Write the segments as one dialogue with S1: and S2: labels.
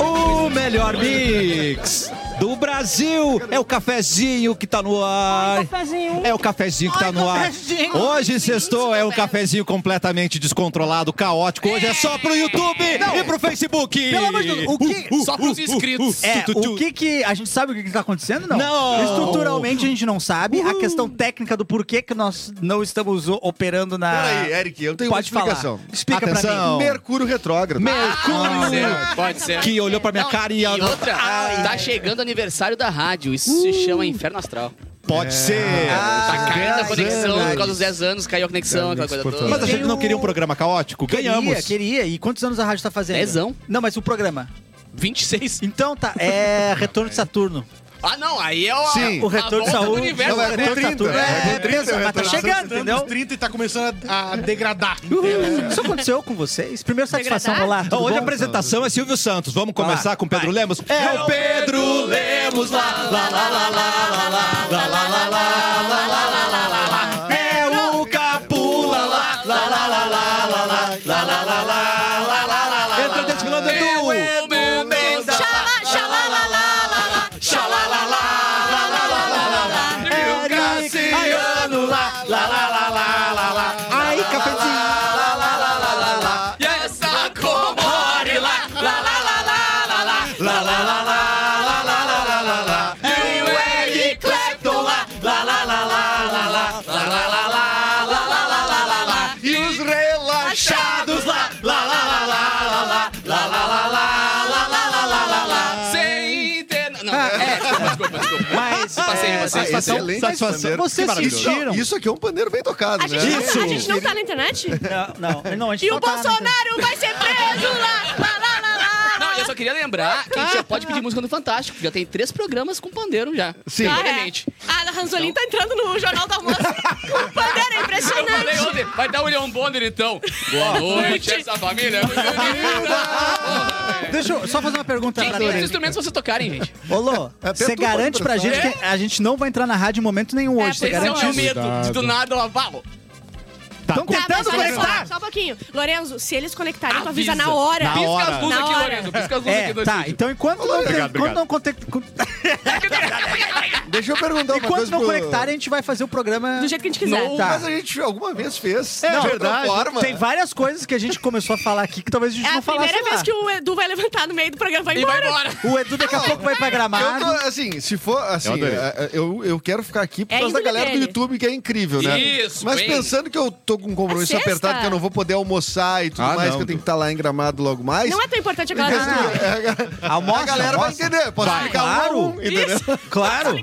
S1: O melhor mix do Brasil é o cafezinho que tá no ar.
S2: cafezinho.
S1: É o cafezinho que tá no ar.
S3: cafezinho.
S1: Hoje sextou é um cafezinho completamente descontrolado, caótico. Hoje é só pro YouTube e pro Facebook. Uh,
S3: Pelo amor de Deus, o que-
S4: Só pros inscritos.
S3: É, o que que... A gente sabe o que que tá acontecendo, não?
S1: Não.
S3: Estruturalmente a gente não sabe. A questão técnica do porquê que nós não estamos o- operando na...
S5: Peraí, Eric, eu tenho
S3: Pode
S5: uma
S3: falar.
S5: explicação.
S3: Explica pra
S1: Atenção.
S3: mim.
S5: Mercúrio retrógrado.
S4: Pode ser, pode ser.
S1: Ah, Que olhou pra minha
S4: Não,
S1: cara e...
S4: E outra, tá chegando o aniversário da rádio. Isso se chama Inferno Astral.
S5: Pode ser.
S1: Ah,
S3: Ah,
S4: Tá caindo a
S3: dez
S4: conexão
S3: anos.
S4: por causa dos 10 anos, caiu a conexão, aquela coisa toda.
S1: Mas a
S3: Tem
S1: gente não
S3: o-
S1: queria um programa caótico? Ganhamos.
S3: Queria, queria. E quantos anos a rádio tá fazendo?
S4: Dezão.
S3: Não, mas o programa.
S4: 26.
S3: Então tá, é Retorno de Saturno.
S4: Ah, não, aí é o,
S5: Sim.
S4: a,
S3: O Retorno
S4: a
S3: de
S4: volta do
S3: Saúde.
S4: universo.
S5: Não, é
S4: né?
S3: Retorno de
S5: 30,
S3: Saturno.
S5: é,
S3: É,
S5: 30,
S3: beleza, mas tá
S5: Retorno.
S3: chegando, entendeu?
S6: 30 e tá começando a, a degradar.
S3: Isso aconteceu com vocês? Primeiro, satisfação,
S2: Degradar?
S3: olá.
S1: Então,
S3: tudo
S1: hoje a
S3: bom?
S1: apresentação é Silvio Santos. Vamos começar com Pedro Lemos? É o Pedro Lemos lá, lá, lá, lá, lá, lá, lá, lá, lá, lá, lá, lá, lá, lá, lá, lá, lá. É o Capula lá, lá, lá, lá, lá, lá, lá, lá, lá, lá, lá, lá, lá, lá, lá. Entra desfilando, Edu.
S2: Xalá, xalá, lá, lá, lá, lá. Xalá, lá, lá, lá, lá, lá, lá, lá, lá.
S1: Eric Aiano lá, lá, lá, lá, lá, lá, lá. Ai, cafezinho.
S4: E essa comore lá, lá, lá, lá, lá, lá, lá.
S1: Lá, lá, lá, lá, lá, lá, lá, lá, lá, lá.
S4: E o Eric Clapton lá,
S1: Lá, lá, lá, lá, lá, lá.
S5: E os relaxados lá.
S1: Lá, lá, lá, lá, lá, lá. Lá, lá, lá, lá, lá, lá, lá, lá, lá, lá.
S4: sem ter... Não, é, desculpa, desculpa, desculpa.
S3: Mas,
S4: Passei, passei.
S1: é,
S5: Excelente.
S1: Satisfação.
S5: pandeiro.
S3: Vocês
S5: Que maravilhoso.
S3: assistiram?
S5: Isso aqui é um pandeiro bem tocado,
S2: A
S5: né?
S2: gente,
S1: Isso.
S2: a gente não tá na internet?
S3: Não, não, não, a gente
S2: E
S3: não
S2: o
S3: tá-
S2: Bolsonaro vai ser preso lá! Lá, lá, lá, lá,
S4: Não,
S2: lá. Tá,
S4: eu só queria lembrar que a gente já pode pedir música no Fantástico. Já tem três programas com pandeiro já.
S5: Sim.
S2: Ah, é.
S4: Independente.
S2: A Ranzolin tá entrando no Jornal do Almoço com o pandeiro, é
S4: Eu falei
S2: impressionante.
S4: ontem, vai dar o Leon Bonner então. Boa noite, essa família.
S3: Deixa eu só fazer uma pergunta
S4: Quem
S3: pra
S4: tem os
S3: Lorena.
S4: instrumentos pra vocês tocarem, gente?
S3: Olô,
S5: Até
S3: você
S5: tu
S3: garante
S5: pode
S3: pra gente
S5: prestar.
S3: que a gente não vai entrar na rádio em momento nenhum hoje, você
S2: pois
S4: Vocês
S2: é,
S3: garante?
S4: são meu
S2: garante
S4: medo. De do nada, ela fala.
S3: Estão
S2: Tá, mas
S3: tentando
S2: olha só,
S3: conectar!
S2: Só um pouquinho. Lorenzo, se eles conectarem, tu avisa
S4: Avisa.
S2: na hora.
S1: Na
S4: Pisca
S1: hora.
S4: as luzes
S2: Na
S4: aqui,
S2: hora.
S4: Lorenzo. Pisca as luzes
S3: É,
S4: aqui do
S3: tá,
S4: estúdio.
S3: então enquanto não, enquanto
S5: Obrigado, obrigado.
S3: não conecta- con-
S5: Deixa eu perguntar uma
S3: enquanto
S5: coisa
S3: não
S5: pro-
S3: conectarem, a gente vai fazer o programa...
S2: Do jeito que a gente quiser.
S3: Não,
S5: Mas
S3: tá.
S5: a gente alguma vez fez. É Forma.
S3: Tem várias coisas que a gente começou a falar aqui que talvez a gente
S2: É
S3: não
S2: a
S3: falasse
S2: primeira vez
S3: lá.
S2: que o Edu vai levantar no meio do programa e vai
S4: E vai
S2: embora.
S4: embora.
S3: O Edu daqui a pouco vai pra
S5: Eu
S3: Gramado.
S5: tô, assim, se for, assim,
S1: Eu adorei.
S5: eh, eu, eu, quero ficar aqui por
S2: É
S5: causa da
S2: ídolo
S5: galera do
S2: dele.
S5: YouTube, que é incrível, né?
S4: Isso,
S5: Mas
S4: bem.
S5: pensando que eu tô com um compromisso
S2: É sexta.
S5: apertado, que eu não vou poder almoçar e tudo
S1: Ah,
S5: mais,
S1: não,
S5: que eu tenho
S1: Du.
S5: que estar lá em Gramado logo mais.
S2: Não é tão importante aquela vez, não.
S3: Almoça,
S5: a galera
S3: almoça.
S5: vai entender. Posso
S3: Vai,
S5: explicar
S3: claro.
S5: um, a um, entendeu?
S3: Claro.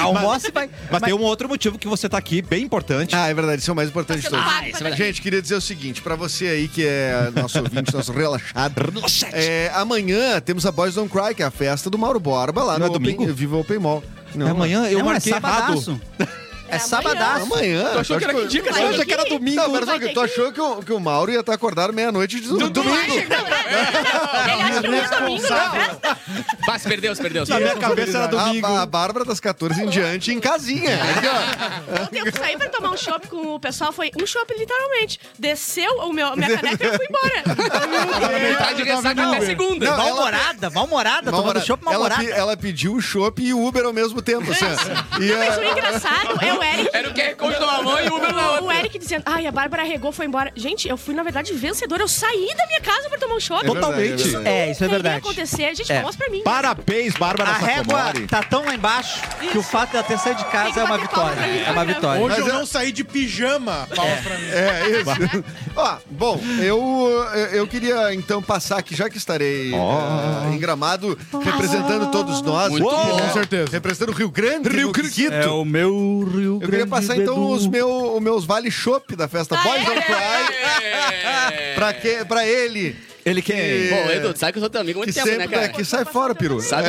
S3: Almoça e vai.
S1: Mas tem um outro motivo que você tá aqui, bem importante.
S5: Ah, é verdade, isso é o mais importante de todos.
S2: Ah, isso é verdade.
S5: Gente, queria dizer o seguinte, pra você aí que é nosso ouvinte, nosso relaxado.
S1: Relaxado.
S5: é, amanhã temos a Boys Don't Cry, que é a festa do Mauro Borba lá
S1: Não
S5: no
S1: é domingo?
S5: Open, Viva Open Mall. Não,
S1: É Amanhã eu
S3: Não,
S1: marquei
S3: é sabadaço.
S1: errado.
S3: É
S2: amanhã.
S3: sabadaço.
S5: Amanhã.
S4: Tu achou que era que dica?
S2: Vai
S1: Eu
S2: ter
S1: achei que era
S2: que-
S1: domingo.
S5: Não, pera só,
S2: Vai ter
S5: tu
S2: que-
S5: achou que o, que o Mauro ia estar acordado meia-noite de domingo?
S2: Tu acha? Não, é. Ele acha que amanhã é domingo, não é festa?
S4: Vai, se perdeu, se perdeu. se
S1: Na minha
S4: perdeu.
S1: cabeça era domingo.
S5: A, a Bárbara das 14 em diante, em casinha. Aqui, ó.
S2: Ontem eu saí pra tomar um chopp com o pessoal, foi um chopp literalmente. Desceu o meu, minha caneca e eu fui embora.
S4: Na metade ressaca até segunda.
S5: Não, ela-
S3: Mal-humorada, mal-humorada. Tomando
S5: Maura-
S3: chopp
S5: ela, É
S3: mal-humorada.
S5: pe- ela pediu o chopp e o Uber ao mesmo tempo. Assim, ó. e,
S2: Mas
S5: eh,
S2: o engraçado é o Eric.
S4: Era o QR Code numa mão e o Uber na
S2: O
S4: outra.
S2: Eric dizendo, ai, a Bárbara regou, foi embora. Gente, eu fui, na verdade, vencedora. Eu saí da minha casa pra tomar um chopp.
S5: verdade,
S1: Totalmente.
S5: é verdade.
S3: É, isso é
S2: Não iria
S3: verdade.
S2: acontecer. Gente,
S3: É.
S2: mostra pra mim.
S1: Parabéns, Bárbara
S3: A régua
S1: Sacomori.
S3: tá tão lá embaixo que o fato de ela ter saído de
S2: Tem
S3: casa
S2: que
S3: é uma
S2: bater palma
S3: vitória.
S2: pra né, mim,
S3: É uma
S2: cara.
S3: vitória.
S6: Hoje eu não saí de pijama. Palma pra mim.
S5: É, isso. Ó, bom, eu, eu- eu queria então passar aqui, já que estarei eh, em Gramado, representando todos nós.
S4: Muito
S5: aqui,
S4: bom.
S5: né?
S6: Com certeza.
S5: Representando o Rio Grande. Rio Grande.
S3: É o meu Rio
S5: Eu queria passar então os, meu, os meus vale chopp da festa Boys Don't Cry
S4: É.
S5: pra, que, pra ele.
S1: Ele quem?
S4: Bom, Edu, tu sabe que eu sou teu amigo há
S5: Que
S4: muito tempo, né,
S5: sempre é
S4: cara?
S5: que sai fora, peru.
S4: Sabe,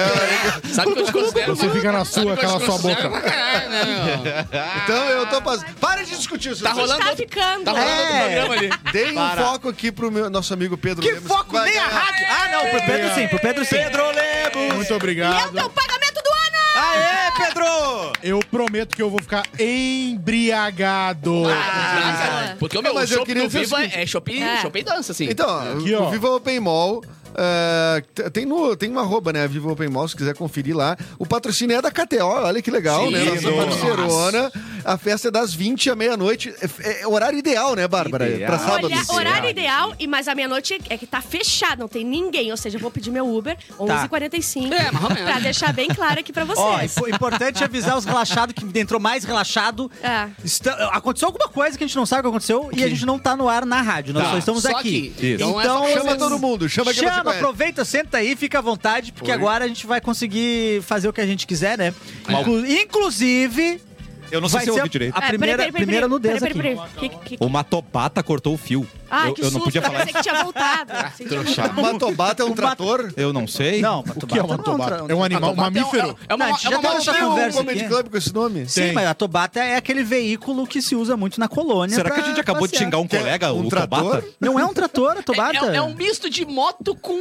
S4: que, sabe que eu te considero...
S6: Você fica na sua, cala sua boca.
S5: Então eu tô passando. Para de discutir isso.
S4: Tá
S2: A gente
S4: rolando
S2: tá
S4: outro-
S2: ficando.
S4: Tá rolando outro
S3: É.
S4: programa ali.
S5: Dei um foco aqui pro meu, nosso amigo Pedro
S3: Que
S5: Lemos,
S3: foco
S5: vai
S3: nem a
S5: ganhar.
S3: rádio. Ah, não,
S5: É.
S3: pro Pedro sim, pro Pedro sim.
S1: Pedro Lemos!
S6: Muito
S2: E é o
S6: obrigado.
S2: teu pagamento do ano!
S5: É,
S1: Aê, Pedro!
S6: Eu prometo que eu vou ficar embriagado.
S4: Ah, cara, Porque o meu
S5: Mas eu
S4: shopping
S5: queria
S4: do
S5: dizer o
S4: Viva
S5: seguinte-
S4: é shopping,
S2: É.
S4: shopping dança, assim.
S5: Então,
S6: Aqui,
S5: o
S6: ó.
S5: Viva Open Mall ah, t- tem, no, tem uma arroba, né? Viva Open Mall, se quiser conferir lá. O patrocínio é da KTO, olha que legal,
S4: Sim,
S5: né? Nossa
S4: lindo.
S5: parceirona. A festa é das 20 à meia-noite. É, é horário ideal, né, Bárbara?
S4: Ideal.
S5: Pra sábado.
S7: Olha,
S4: Sábado.
S7: horário ideal, e mas a meia-noite é que tá fechado, não tem ninguém. Ou seja, eu vou pedir meu Uber, 11h45,
S4: É, mais ou menos.
S7: pra deixar bem claro aqui pra
S3: Ó,
S7: vocês.
S3: é importante avisar os relaxados que entrou mais relaxado.
S7: É.
S3: Está- aconteceu alguma coisa que a gente não sabe o que aconteceu e a gente não tá no ar na rádio. Nós
S4: Tá.
S3: só estamos
S4: Só
S3: aqui.
S4: aqui. Isso. Então é
S3: Então,
S4: só
S5: Chama todo mundo, chama que você
S3: Chama,
S5: conhece.
S3: aproveita, senta aí, fica à vontade, porque agora a gente vai conseguir fazer o que a gente quiser, né? Inclu- Inclusive,
S1: Eu não sei
S3: vai
S1: se eu
S3: ser
S1: ouvi direito.
S3: a
S7: É,
S3: primeira, primeira nudez aqui.
S7: peraí. Que- que- que-
S1: Uma topata cortou o fio.
S7: Ah,
S1: eu,
S7: que
S1: eu
S7: susto,
S1: não podia falar
S7: pensei
S1: isso.
S7: que tinha voltado. Pensei que tinha voltado.
S5: Matobata é um
S3: O
S5: trator?
S1: Eu não sei.
S3: Não,
S6: O que é uma
S3: Tubata não
S6: tobata?
S3: tra-
S6: É um animal, um
S4: Tobata é um-
S6: mamífero?
S4: É uma,
S3: Não, a gente já
S4: é uma
S3: tava
S4: moto-
S3: achando-
S5: Tem um
S3: conversa
S5: comedy
S3: aqui.
S5: club com esse nome?
S3: Sim,
S1: Tem.
S3: mas a Tobata é aquele veículo que se usa muito na colônia.
S1: Será
S3: pra
S1: que a gente acabou de
S3: passear.
S1: xingar um
S5: Quer
S1: colega,
S5: um
S1: o
S5: trator?
S1: Tobata?
S3: Não é um trator, a Tobata?
S4: É, é um misto de moto com...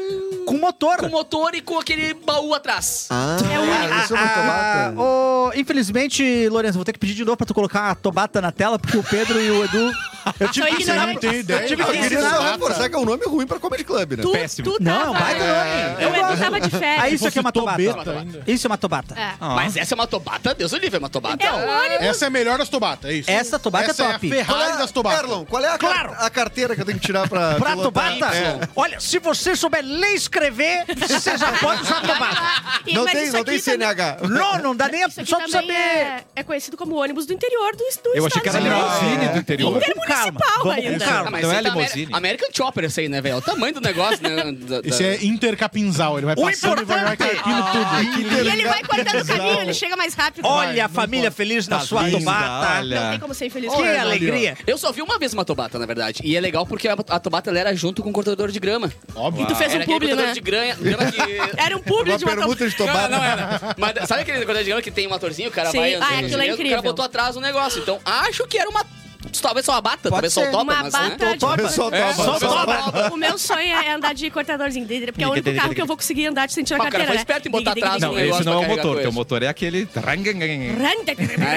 S3: Com motor.
S4: com motor e com aquele baú atrás.
S5: Ah,
S7: É um-
S5: isso é
S3: Ah,
S5: Matobata.
S3: ô, infelizmente, Lourenço, vou ter que pedir de novo pra tu colocar a Tobata na tela, porque o Pedro e o Edu. Eu tive
S7: São
S3: que
S7: ignorantes.
S3: ensinar.
S6: Não tem ideia.
S3: Eu tive que
S5: Eu queria só
S3: ensinar.
S5: reforçar que é um nome ruim pra comedy club, né?
S7: Tu,
S1: Péssimo.
S7: tu
S3: Não,
S7: tava...
S3: vai de nome.
S7: Eu, eu tava de
S3: Ah,
S7: férias.
S3: isso aqui é uma
S6: fosse
S3: Tobata.
S6: Tobata ainda.
S3: Isso é uma Tobata.
S7: É.
S1: Ah.
S4: Mas essa é uma tobata, Deus o livre, é uma tobata.
S7: É um ônibus.
S6: Essa é a melhor das tobatas, é isso.
S3: Essa Tobata
S6: Essa
S3: é
S6: é
S3: top.
S6: a Ferrari das tobatas.
S5: Erlon, qual é a, car- a carteira que eu tenho que tirar pra.
S3: Pra
S5: pilotar?
S3: Tobata?
S5: É.
S3: Olha, se você souber ler e escrever, você já pode usar Tobata.
S7: E-
S5: Não
S7: mas
S5: tem,
S7: isso
S5: não
S7: aqui
S5: tem
S7: também-
S5: CNH.
S3: Não, não dá nem a,
S7: Isso aqui
S3: só pra
S7: também
S3: saber.
S7: é, é conhecido como ônibus do interior do, do
S1: Eu
S7: estado.
S1: achei que era
S7: de São Paulo.
S1: limousine
S6: É.
S1: do interior.
S3: Vamos com calma.
S7: Intermunicipal
S3: Vamos com
S7: é ainda.
S3: calma.
S1: Não
S4: esse
S1: é
S4: tá Ameri-
S1: limousine.
S4: American Chopper esse aí, né, velho? É o tamanho do negócio, né? da- da-
S6: Esse é intercapinzal, ele vai
S3: O
S6: passando e vai, vai
S3: importante-
S6: carpindo tudo.
S7: E ele vai cortando o caminho, ele chega mais rápido.
S3: Olha a família feliz
S6: Tá
S3: na sua
S1: linda,
S3: Tobata.
S1: olha.
S7: Não tem como ser infeliz.
S3: Que alegria.
S4: Eu só vi uma vez uma tobata, na verdade. E é legal porque a, a tobata ela era junto com o cortador de grama.
S6: Óbvio.
S7: Tu fez
S4: era
S7: um
S4: aquele
S7: publi,
S4: cortador
S7: né?
S4: de grama, grama que...
S7: Era um público
S5: Uma
S7: de uma
S5: permuta de
S4: Não,
S5: Tobata.
S4: não era. Mas sabe aquele cortador de grama que tem um atorzinho, o cara
S7: Sim.
S4: vai
S7: Ah,
S4: andando.
S7: aquilo é
S4: girando, O
S7: incrível.
S4: cara botou atrás um negócio. Então, acho que era uma... Talvez só uma bata, talvez só
S3: ser.
S4: o topa,
S7: Uma
S4: mas... né?
S7: bata de
S5: O pessoal topa.
S4: É, só
S5: só topa.
S7: topa. O meu sonho é andar de cortadorzinho, dele, porque é o único carro que eu vou conseguir andar de sentir a
S4: Mas o cara
S7: carteira.
S4: foi
S7: né?
S4: esperto em botar
S7: Dig, dig,
S4: atrás,
S7: dig,
S1: Não,
S4: um
S7: dig,
S1: esse
S4: negócio
S1: não é
S4: pra
S1: o
S4: carregar
S1: motor, que o
S4: coisa.
S1: motor é aquele.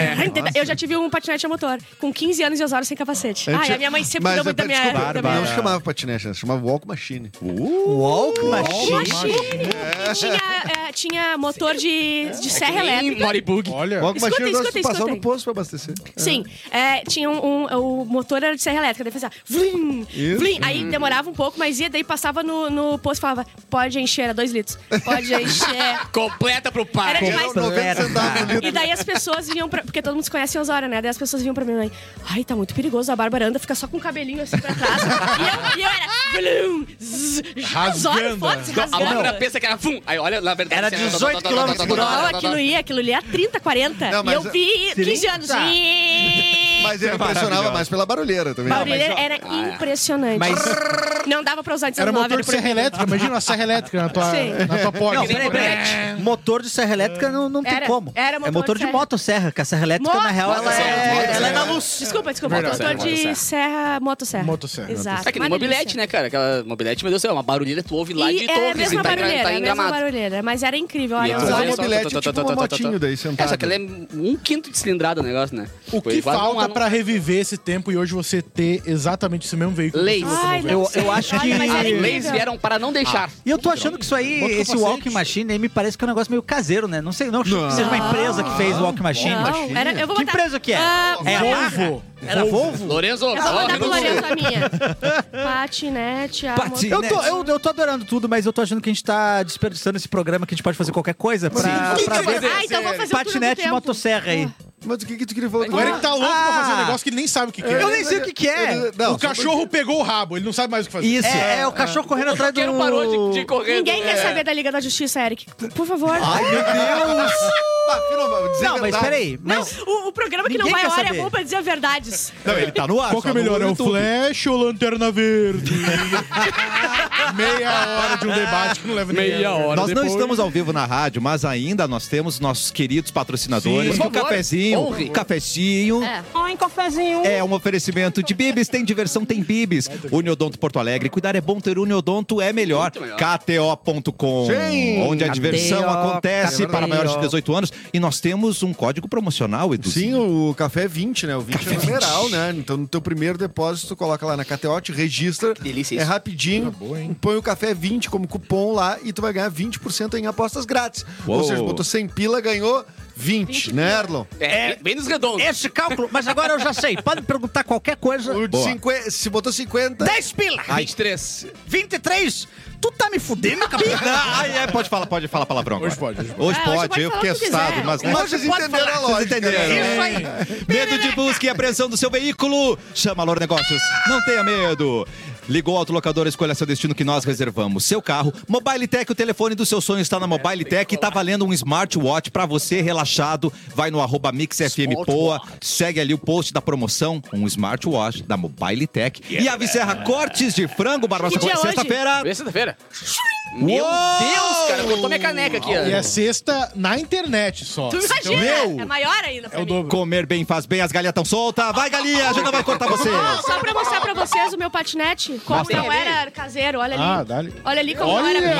S5: Ah, é,
S7: Eu já tive um patinete a motor, com 15 anos e usava sem capacete.
S5: Antes-
S7: Ai, a minha mãe sempre
S5: Mas,
S7: cuidou muito da
S5: pera,
S7: minha...
S5: desculpa,
S7: da minha-
S5: Não se chamava patinete, né? se chamava walk machine.
S3: Walk
S7: Machine. E tinha, é, tinha motor
S5: É
S7: de, de serra
S4: Nem
S7: elétrica.
S4: Moribug.
S6: Olha.
S5: Walk
S7: Escuta,
S5: machine nós
S7: escuta,
S5: passava
S7: escuta.
S5: no posto pra abastecer.
S7: Sim, é, tinha um, um- O motor era de serra elétrica, daí fazia vlim,
S5: Isso. Hum.
S7: vlim. Aí demorava um pouco, mas ia, daí passava no, no posto e falava: pode encher, era dois litros. Pode encher.
S4: Completa pro
S7: Era
S4: par.
S5: É.
S7: demais.
S5: Era 90 centavos no
S7: E
S5: litro.
S7: daí as pessoas vinham pra. Porque todo mundo se conhece em Osório, né? Daí as pessoas vinham pra mim mãe, ai, tá muito perigoso, a Bárbara anda, fica só com o cabelinho assim pra trás. e, eu, e eu era. Blum, zzz, Osório,
S6: Rasgando.
S7: foda-se,
S4: né? A Bárbara é
S7: rasgando.
S4: pensa que era... Fum. Aí olha, na verdade...
S3: Era
S4: assim,
S3: 18 km por
S7: Não, aquilo ia, aquilo ali ia 30, 40.
S5: Não,
S7: e
S5: mas-
S7: eu vi 15 anos.
S3: Trinta.
S7: Ih!
S5: Mas ele impressionava
S1: maravilhoso.
S5: mais pela barulheira também.
S7: Barulheira era impressionante.
S3: Mas-
S7: Não dava pra usar de
S6: Era
S7: 19,
S6: motor de
S7: proibido.
S6: serra elétrica, imagina uma serra elétrica na tua,
S7: Sim.
S6: na tua porta.
S3: né? Não, peraí, peraí. Motor de serra elétrica não, não tem
S7: Era-
S3: como.
S7: era motor
S3: é motor
S7: de
S3: de,
S7: serra.
S3: motosserra, que a serra elétrica,
S7: Moto-
S3: na real, ela
S4: motosserra,
S3: é, ela é
S4: motosserra.
S3: na luz.
S7: Desculpa, desculpa.
S6: Verdade.
S7: motor de
S4: Motosserra.
S7: serra, motosserra.
S6: Motosserra.
S7: Exato.
S4: É que nem
S7: Uma
S4: mobilete,
S7: delícia.
S4: né, cara? Aquela mobilete, meu Deus do céu, é uma barulheira que tu ouve lá
S7: E
S4: de
S7: era a
S4: Torres,
S7: mesma
S4: tá, em-
S7: barulheira, é
S4: tá
S7: a
S4: em
S7: mesma
S4: Gramado.
S7: barulheira. Mas era incrível.
S4: E
S7: Olha,
S4: eu-
S5: Mas a
S7: usava-
S4: Olha só,
S5: mobilete é
S4: tá, tá,
S5: tipo
S4: tá,
S5: uma
S4: tá, tá, tá.
S5: motinho daí
S4: É, só
S5: sentada.
S4: que ela é um quinto de cilindrada o negócio, né?
S6: O
S4: Tipo,
S6: que
S4: igual não há-
S6: falta pra reviver esse tempo e hoje você ter exatamente esse mesmo veículo?
S4: Leis.
S6: que você
S7: Ai,
S6: locomoveu?
S7: não
S3: Eu-
S7: sei.
S3: eu acho
S7: Olha,
S3: que-
S7: mas
S4: As
S7: era incrível.
S4: leis vieram para
S7: Ah.
S4: não deixar.
S3: E eu tô achando que isso aí,
S6: Bota o
S3: esse
S6: capacete.
S3: Walk Machine aí, me parece que é um negócio meio caseiro, né? Não sei, não, acho que seja uma empresa que fez o Walk Machine.
S7: Não, era- eu vou
S3: que
S7: botar-
S3: empresa que é?
S7: Ah,
S3: é a
S6: Volvo.
S3: Marra? Era Volvo?
S4: Lorenzo,
S7: Eu vou
S4: corre,
S7: mandar pro
S4: não sei.
S7: Lourenço a minha. Patinete, a
S1: Patinete.
S3: Eu tô, eu, eu tô adorando tudo, mas eu tô achando que a gente tá desperdiçando esse programa que a gente pode fazer qualquer coisa pra,
S4: Sim.
S3: pra
S4: O que que
S3: ver
S4: vai
S7: Ah, então vou fazer o túnel do
S3: patinete e
S7: tempo. Ah.
S3: motosserra aí.
S5: Mas o é que, que tu queria falar do
S6: O Eric tá louco pra fazer um
S3: Ah.
S6: negócio que ele nem sabe o que, que é.
S3: Eu nem sei o que que é.
S5: Não,
S6: o cachorro pegou o rabo, ele não sabe mais o que fazer.
S3: Isso. É, é o cachorro correndo atrás do...
S4: Quero parou de, de correr. é,
S7: Ninguém quer saber da Liga da Justiça, Eric. Por favor.
S5: Ai, meu Deus! Ah, finalmente, dizer
S3: Não, mas
S5: verdade.
S3: peraí.
S7: Não,
S3: Mas...
S7: o, o programa que não
S3: Ninguém
S7: vai
S3: quer
S7: à hora
S3: saber.
S7: é bom pra dizer verdades.
S1: Não, ele tá no ar.
S6: Qual que é melhor, é o Flash ou Lanterna Verde? Meia hora de um debate que não leva ninguém.
S4: Meia hora.
S1: Nós não
S4: depois.
S1: estamos ao vivo na rádio, mas ainda nós temos nossos queridos patrocinadores.
S4: Sim.
S1: O cafezinho, um
S4: Honre.
S1: cafezinho.
S7: É.
S1: É um oferecimento de bibis, tem diversão, tem bibis. Uniodonto Porto Alegre, cuidar é bom, ter Uniodonto é melhor.
S4: Muito melhor.
S1: KTO.com,
S5: Sim.
S1: onde a diversão
S3: KTO,
S1: acontece para maiores de 18 anos. E nós temos um código promocional, Edu.
S5: Sim, o café é 20, né? O 20 é numeral, né? Então no teu primeiro depósito, tu coloca lá na KTO, te registra.
S4: delícia
S5: É
S4: isso.
S5: rapidinho. põe o café 20 como cupom lá e tu vai ganhar 20% em apostas grátis.
S1: Uou.
S5: Ou seja, botou 100 pila, ganhou 20,
S7: 20
S5: né, Erlon?
S4: É, bem nos redondos.
S3: Esse cálculo, mas agora eu já sei. Pode perguntar qualquer coisa.
S5: O de 50 se botou 50,
S3: 10 pila!
S4: 23.
S3: 23! Tu tá me fudendo, capitão?
S1: Ah, ah, é, pode falar, pode falar palavrão.
S6: Hoje
S1: agora.
S6: pode, hoje
S1: Hoje
S7: É,
S1: pode, eu
S7: hoje pode falar
S1: fiquei
S7: o que quiser.
S1: assustado, mas né?
S5: mas vocês
S3: pode
S5: entenderam
S3: falar.
S5: a lógica.
S1: Vocês entenderam,
S3: É
S5: né?
S1: né? Medo de busca e apreensão do seu veículo? Chama a Loro Negócios. Não tenha medo. Ligou o autolocador, escolha seu destino que nós reservamos. Seu carro, Mobile Tech, o telefone do seu sonho está na Mobile Tech e tá valendo um smartwatch para você relaxado. Vai no arroba MixFMPoa, segue ali o post da promoção, um smartwatch da Mobile Tech. E a Viserra Cortes de Frango, Barbosa,
S7: Que dia é hoje?
S1: sexta-feira.
S4: Vê sexta-feira. Meu
S1: Uou!
S4: Deus, cara, cortou minha caneca aqui. ó.
S6: E é sexta na internet só.
S7: Tu
S6: Então,
S7: imagina? É maior ainda pra
S6: É o
S7: mim.
S6: dobro.
S1: Comer bem faz bem, as galinhas estão soltas. Vai, galinha, a Jana vai cortar você.
S7: Ó, só pra mostrar pra vocês o meu patinete, como
S1: Mostra.
S7: não era caseiro, olha ali.
S6: Ah, dá-lhe.
S7: Olha ali como
S6: Olha!
S7: não era.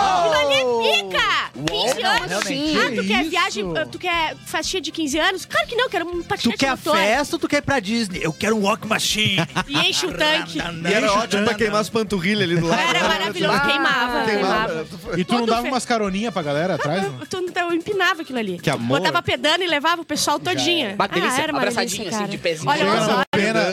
S7: Aquilo ali é pica!
S4: Uou!
S7: 15 anos.
S3: realmente.
S7: Ah, tu quer
S6: Isso.
S7: viagem, ah, tu quer festinha de 15 anos? Claro que não, quero um
S3: Tu
S7: patinete
S3: quer a
S7: motor.
S3: festa ou tu quer ir pra Disney? Eu quero um walk machine.
S7: E enche o tanque.
S4: Ah,
S5: E era ótimo pra queimar as panturrilhas ali do lado. né?
S7: Era maravilhoso, queimava, queimava.
S6: E tu não
S7: Todo
S6: dava
S7: fe-
S6: umas caroninhas pra galera atrás? não?
S7: Tu- tu- Eu empinava aquilo ali.
S1: Que amor.
S7: Botava pedana e levava o pessoal todinha.
S4: Bah, que delícia,
S7: Ah, era uma
S4: abraçadinho,
S7: delícia,
S4: assim,
S7: cara.
S4: de pezinho.
S7: Olha,
S6: Chega
S7: o
S6: numa
S7: Osório.
S6: pena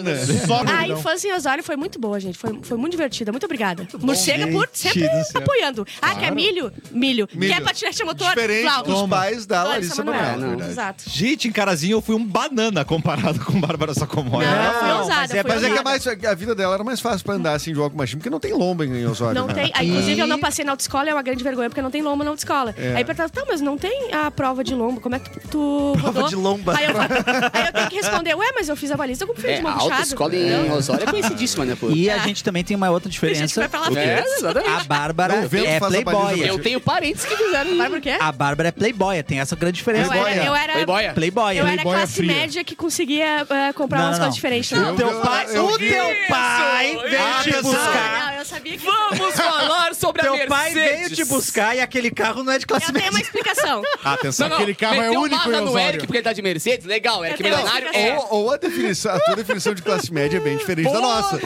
S6: só
S7: A
S6: perdão.
S7: infância em Osório foi muito boa, gente. Foi, foi muito divertida. Muito obrigada. Morcega por sempre apoiando. Ah, quer milho? Milho.
S5: Milho.
S7: Quer patinete a motor?
S5: Diferente
S7: Flauta.
S5: dos pais da Larissa Manoela.
S7: Manoela.
S5: na verdade.
S7: é Exato.
S1: Gente, em Carazinho eu fui um banana comparado com Bárbara Sacomori.
S7: Não,
S1: Né?
S7: eu fui ousada.
S3: mas é-
S7: fui
S5: Mas é que
S7: ousada.
S5: a, mais- a vida dela era mais fácil pra andar assim de walk machine, porque não tem lomba em Osório.
S7: Não
S5: né?
S7: tem. Aí, inclusive, eu não passei na autoescola, é uma grande vergonha, porque não tem lomba na autoescola.
S3: É.
S7: Aí perguntava, tá, mas não tem a prova de lomba, como é que tu, tu rodou?
S5: de lomba.
S7: Aí eu, aí eu tenho que responder, ué, mas eu fiz a baliza com o filho
S4: É,
S7: de
S4: a
S7: mão puxada.
S4: autoescola em Osório é conhecidíssima, né, pô?
S3: E a gente também tem uma outra
S7: Tem gente que vai
S3: diferença.
S7: falar, assim,
S4: É,
S3: A
S4: exatamente.
S3: Bárbara
S5: Não, o vento
S3: é
S5: faz a baliza
S3: playboy.
S5: pra
S4: Eu tenho parentes que fizeram.
S7: vai por quê?
S3: A Bárbara é playboy, tem essa grande
S7: Eu
S3: diferença.
S7: era, eu era,
S4: Playboya.
S3: Playboy.
S7: eu era
S6: Playboy é
S7: classe
S6: fria.
S7: média que conseguia eh, comprar
S3: Não,
S7: umas
S3: não,
S7: coisas
S3: não.
S7: diferentes. né?
S3: O teu pai,
S5: eu
S3: o
S5: vi
S3: teu
S4: isso.
S3: pai veio te
S1: Atenção.
S3: buscar.
S7: Não, eu sabia que...
S4: Vamos falar sobre a
S3: Teu
S4: Mercedes.
S3: pai veio te buscar e aquele carro não é de classe
S7: Eu tenho uma
S3: média.
S7: explicação.
S1: Atenção.
S6: Aquele carro é
S4: meteu
S6: único
S4: barra
S6: em
S4: no
S6: Osório.
S4: Eric porque ele tá de Mercedes. Legal, Eric
S7: Eu tenho
S4: milionário.
S7: explicação.
S4: É.
S5: Ou, ou a, definição, a tua definição de classe média é bem diferente da nossa.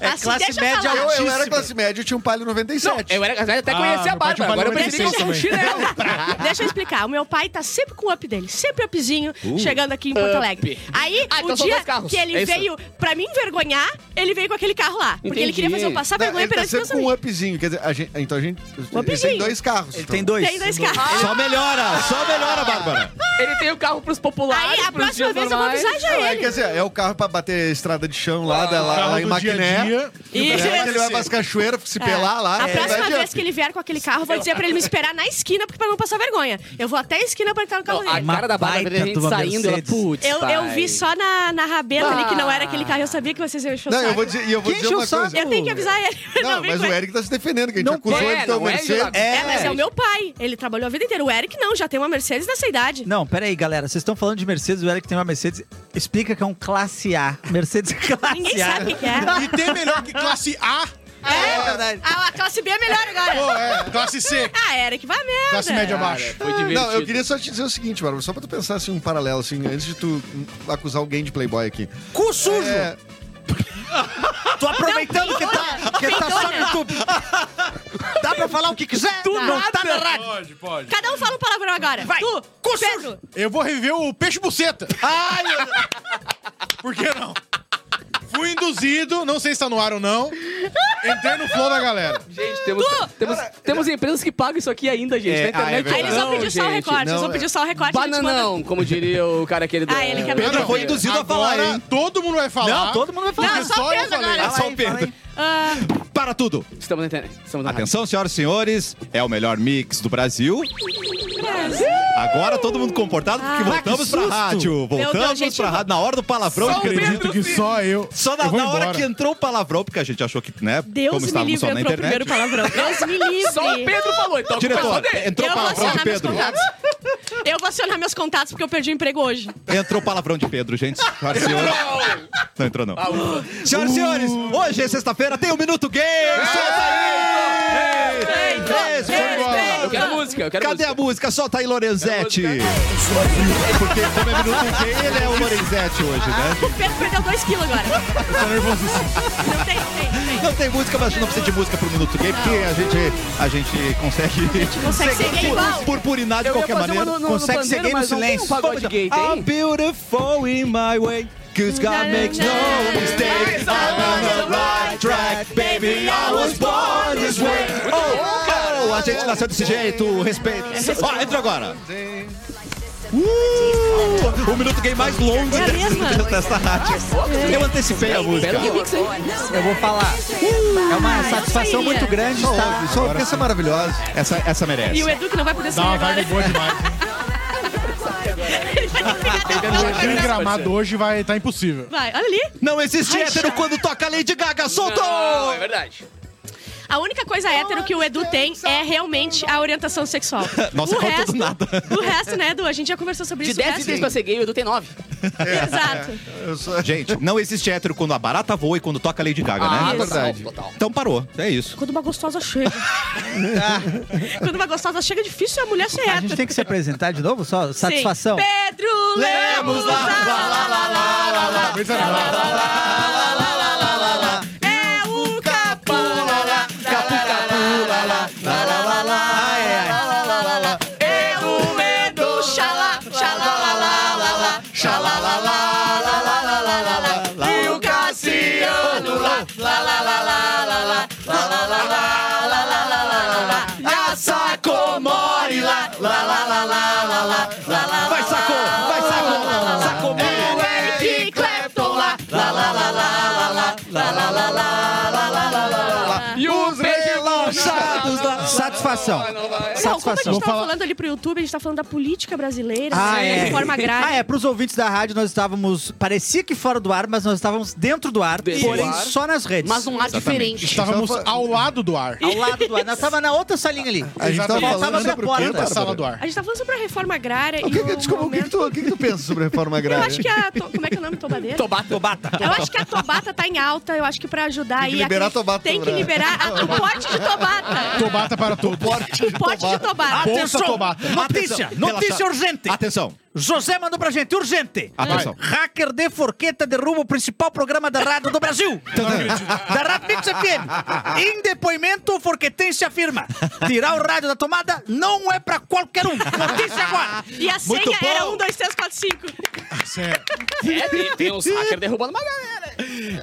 S3: É
S7: Assim,
S3: classe
S7: deixa
S3: média
S7: falar.
S5: Eu, eu era
S3: Altíssimo.
S5: classe média, eu tinha um palio 97.
S4: Eu era até
S6: Ah,
S4: conhecia a
S6: meu pai
S4: Bárbara.
S6: tinha um
S4: Agora eu
S6: Palio
S4: preciso com
S6: 96
S4: chinelo.
S7: um. Deixa eu explicar. O meu pai tá sempre com o up dele, sempre upzinho,
S5: Uh.
S7: chegando aqui em Porto Alegre. Aí,
S4: Ah, então
S7: o
S4: são
S7: dia
S4: dois carros.
S7: que ele
S4: É isso.
S7: veio pra me envergonhar, ele veio com aquele carro lá. Porque ele
S4: Entendi.
S7: queria fazer eu passar
S5: Não,
S7: vergonha
S5: ele tá
S7: perante meus
S5: sempre com um
S7: amigos. Um
S5: upzinho. Quer dizer, a gente, então a gente. Ele
S7: upzinho.
S5: tem dois carros.
S3: Ele
S5: então.
S3: tem dois.
S7: Tem dois carros.
S1: Só melhora, só melhora, Bárbara.
S4: Ele tem o carro pros populares.
S7: Aí, a
S4: pros
S7: próxima
S4: dias
S7: vez eu vou
S4: normais.
S7: avisar já
S5: Não, é,
S7: ele.
S5: quer dizer, é o carro pra bater a estrada de chão lá, da, lá,
S6: Carro
S5: lá em
S6: do Tá dia a
S5: Maquiné.
S6: dia.
S5: É,
S7: Isso.
S5: que ele vai pras cachoeiras, se pelar lá.
S7: a
S5: é,
S7: próxima
S5: vai
S7: vez
S5: adiante.
S7: que ele vier com aquele carro, eu vou dizer pra ele me esperar na esquina porque pra não passar vergonha. Eu vou até a esquina pra entrar no carro
S4: Não, a
S7: dele.
S3: Uma
S4: cara da Bárbara,
S3: baita
S4: a gente
S3: de uma
S4: saindo, ela,
S3: Mercedes.
S4: putz,
S7: Eu, eu
S4: pai.
S7: vi só na, na rabeta ali que não era aquele carro. Eu sabia que vocês iam encher o
S5: Ah. Não, eu
S7: saco.
S5: vou dizer, e eu vou
S3: Quem
S5: dizer uma
S3: enche o saco?
S5: coisa.
S7: Eu tenho que avisar ele.
S5: Não,
S7: vem
S5: mas o
S7: com ele.
S5: Eric tá se defendendo, que a gente
S3: Não
S5: acusou
S4: pode,
S5: ele de ter
S4: não
S5: uma
S4: é,
S5: Mercedes.
S4: Eduardo?
S7: É, mas é o meu pai. Ele trabalhou a vida inteira. O Eric não, já tem uma Mercedes nessa idade.
S3: Não, peraí, galera. Vocês estão falando de Mercedes, o Eric tem uma Mercedes. Explica que é um classe A. Mercedes classe
S7: Ninguém
S3: A.
S7: sabe o que que é.
S6: E tem melhor que classe A.
S3: É verdade.
S7: Ah, a classe B é melhor
S6: Pô,
S7: agora.
S6: é, classe C.
S7: Ah, Eric, vai merda.
S6: Classe média
S4: Cara,
S6: baixa.
S4: foi divertido.
S5: Não, eu queria só te dizer o seguinte, Bárbara, só pra tu pensar assim, um paralelo, assim, antes de tu hum, acusar alguém de playboy aqui.
S3: Cu sujo!
S5: É,
S3: Tô aproveitando que tá, que tá só no YouTube. Dá pra falar o que quiser? Tu não tá na rádio.
S6: Pode, pode.
S7: Cada um fala um palavrão agora.
S3: Vai.
S7: Tu, Pedro.
S6: Eu vou rever o Peixe Buceta. Ai, Por que não? Fui induzido, não sei se tá no ar ou não. Entrei no flow da galera.
S4: Gente, temos, temos, temos empresas que pagam isso aqui ainda, gente.
S1: É,
S4: na internet.
S1: ah, é verdade.
S7: Aí eles vão
S4: Não,
S7: pedir só o
S4: gente.
S7: recorte. eles vão
S5: não,
S7: pedir só o recorte. a gente manda-
S4: Bananão, como diria o cara aquele do...
S7: Ah, ele quer
S6: Ah,
S7: Pedro
S6: não.
S1: foi induzido a
S6: Agora,
S1: falar, hein?
S6: todo mundo vai
S7: Tá
S6: falar.
S3: Não, todo mundo vai falar.
S7: Não, só
S6: Só eu
S7: Pedro
S6: falei.
S7: agora.
S1: Só o Pedro.
S7: Ah,
S1: Para tudo.
S4: Estamos na internet. Estamos na
S1: Atenção, senhoras e senhores, é o melhor mix do Brasil. Agora todo mundo comportado porque
S3: Ah,
S1: voltamos
S3: que
S1: pra
S3: susto.
S1: rádio.
S7: Deus,
S1: Voltamos
S7: gente,
S1: pra
S7: eu um vou-
S1: rádio na hora do palavrão.
S6: Eu
S4: Só o
S1: acredito.
S6: acredito que só eu.
S1: Só na,
S6: eu vou
S1: na hora
S6: embora.
S1: que entrou o palavrão, porque a gente achou que, né, como
S7: Deus me
S1: estávamos
S7: livre,
S1: só na
S7: entrou o
S1: internet.
S7: primeiro palavrão. Deus me livre.
S4: Só o Pedro falou, então.
S1: Diretor,
S4: foi só dele.
S1: entrou
S7: Eu
S1: o
S7: vou
S1: palavrão de
S7: acionar meus
S1: Pedro.
S7: contatos. Eu vou acionar meus contatos porque eu perdi o emprego hoje.
S1: Entrou o palavrão de Pedro, gente. Senhoras e senhores. Não entrou, não.
S7: Ah, uh.
S1: Senhoras e senhores, um
S7: Ah,
S1: hoje é sexta-feira, tem o Minuto Gay! Solta aí! Ei, ei, ei,
S7: Três,
S1: foi embora.
S7: três,
S4: Eu quero música, eu quero
S1: Cadê
S4: música.
S1: a música? Solta aí, Lorenzetti.
S4: Quero
S1: Porque como é minuto com quem, ele é o Lorenzetti hoje, né?
S7: O Pedro perdeu 2 quilos agora. Não tem, não tem, não tem.
S1: Não tem música, mas não precisa de música pro Minuto Gay, porque a gente, a gente consegue,
S7: consegue ser gay igual.
S1: por, purpurinar de
S4: Eu ia
S1: qualquer
S4: fazer uma
S1: maneira.
S4: no, no,
S3: consegue
S4: no
S3: ser
S4: pandeiro,
S3: gay no
S4: mas não tem um
S3: silêncio.
S4: pagode gay,
S1: I'm
S4: tem?
S1: "Ah, beautiful in my way. Cause God makes no mistakes. I'm on the right track, baby. I was born this way. Oh, oh, a gente nasceu desse jeito, respeito.
S4: É
S1: Ó, entra agora. Uh, o minuto gay mais longo
S7: É a mesma.
S1: dessa- dessa rádio. Eu antecipei a música.
S4: Pera que mix, hein?
S3: Eu vou falar. É uma
S7: Ah,
S3: satisfação
S7: Sairia.
S3: muito grande
S5: Só
S3: estar.
S5: ouve, só ouve, que essa é maravilhosa.
S1: Essa, essa merece.
S7: E o Edu que não vai poder
S6: Dá
S7: sair
S6: uma
S7: agora.
S6: vibe boa demais. Aquele gramado hoje vai tá impossível.
S7: Vai, olha ali.
S1: Não existe
S7: Ai,
S1: hétero
S7: já.
S1: quando toca Lady Gaga. Soltou!
S4: Não, é verdade.
S7: A única coisa hétero que o Edu tem é realmente a orientação sexual.
S1: Nossa,
S7: o
S1: contou do
S7: resto,
S1: nada.
S7: O resto, né, Edu? A gente já conversou sobre
S4: De
S7: isso. o
S4: 10
S7: resto-
S4: itens pra ser gay, o Edu tem 9.
S7: Exato.
S5: Eu sou-
S1: Gente, não existe hétero quando a barata voa e quando toca Lady Gaga, né?
S5: verdade.
S4: Ah, Total, total.
S1: Então parou. É isso.
S7: Quando uma gostosa chega. Quando uma gostosa chega, é difícil a mulher ser
S3: A gente
S7: hétero.
S3: tem que se apresentar de novo, só
S7: Sim.
S3: satisfação.
S7: Pedro Lemos, lá,
S6: Coisa nova.
S7: é o capô. É o medo, xalá, xalalalalala, xalalalalala, e o Cassiano lá, lá, lá, lá, lá, lá, lá, lá, lá, lá, lá, lá, lá, lá, lá, lá, lá, e a Sacomori lá, lá, lá, lá, lá, lá, lá, lá, lá,
S1: Vai, sacou! Vai, sacou! Sacou!
S7: é o Eric Clapton lá, lá, lá, lá, lá, lá, lá, lá, lá, lá, lá, lá, lá, lá, lá, lá.
S4: E o
S1: Relaxados lá.
S3: Satisfação.
S7: Não, como a
S3: Satisfação.
S7: gente tava falando ali pro YouTube, a gente tá falando da política brasileira,
S3: Ah,
S7: né,
S3: é.
S7: de forma grave.
S3: Ah, é. Pros ouvintes da rádio, nós estávamos. Parecia que fora do ar, mas nós estávamos dentro do ar,
S4: Dentro do
S3: porém
S4: ar.
S3: só nas redes.
S4: Mas um ar diferente.
S6: Estávamos ao lado do ar.
S3: Ao lado do ar. Nós estávamos na outra salinha ali.
S5: A gente tava
S6: Exatamente.
S3: Faltava
S5: falando
S3: abrir a
S5: sobre
S3: porta.
S5: o quê,
S6: Outra
S5: Bárbara?
S6: sala do ar.
S7: A gente tá falando sobre a reforma agrária
S5: O que,
S7: e o
S5: que- desculpa, o que, é que
S7: momento...
S5: tu, o que que tu pensa sobre a reforma
S7: Eu
S5: agrária?
S7: acho que a... to- Como é que é o nome? Tobadeira?
S4: Tobata. Tobata.
S7: Eu acho que a Tobata tá em alta. Eu acho que pra ajudar
S5: Tem que
S7: aí...
S5: liberar
S7: aquele-
S5: a Tobata
S7: Tem que
S5: pra-
S7: liberar a- o pote de Tobata.
S6: Tobata para todos.
S7: O pote de Tobata.
S6: Bolsa Tobata.
S3: Notícia! Notícia urgente!
S1: Atenção!
S3: José mandou pra gente, urgente!
S1: Atenção.
S3: Hacker de Forqueta derruba o principal programa da rádio do Brasil! da Rádio Mix FM! Em depoimento, o forquetense afirma: tirar o rádio da tomada não é pra qualquer um!
S7: Ah,
S3: Notícia agora!
S7: E a senha
S1: Muito
S7: era
S1: bom.
S7: 1, 2, 3, 4, 5.
S6: Sério.
S4: É, tem, tem uns hackers derrubando uma galera.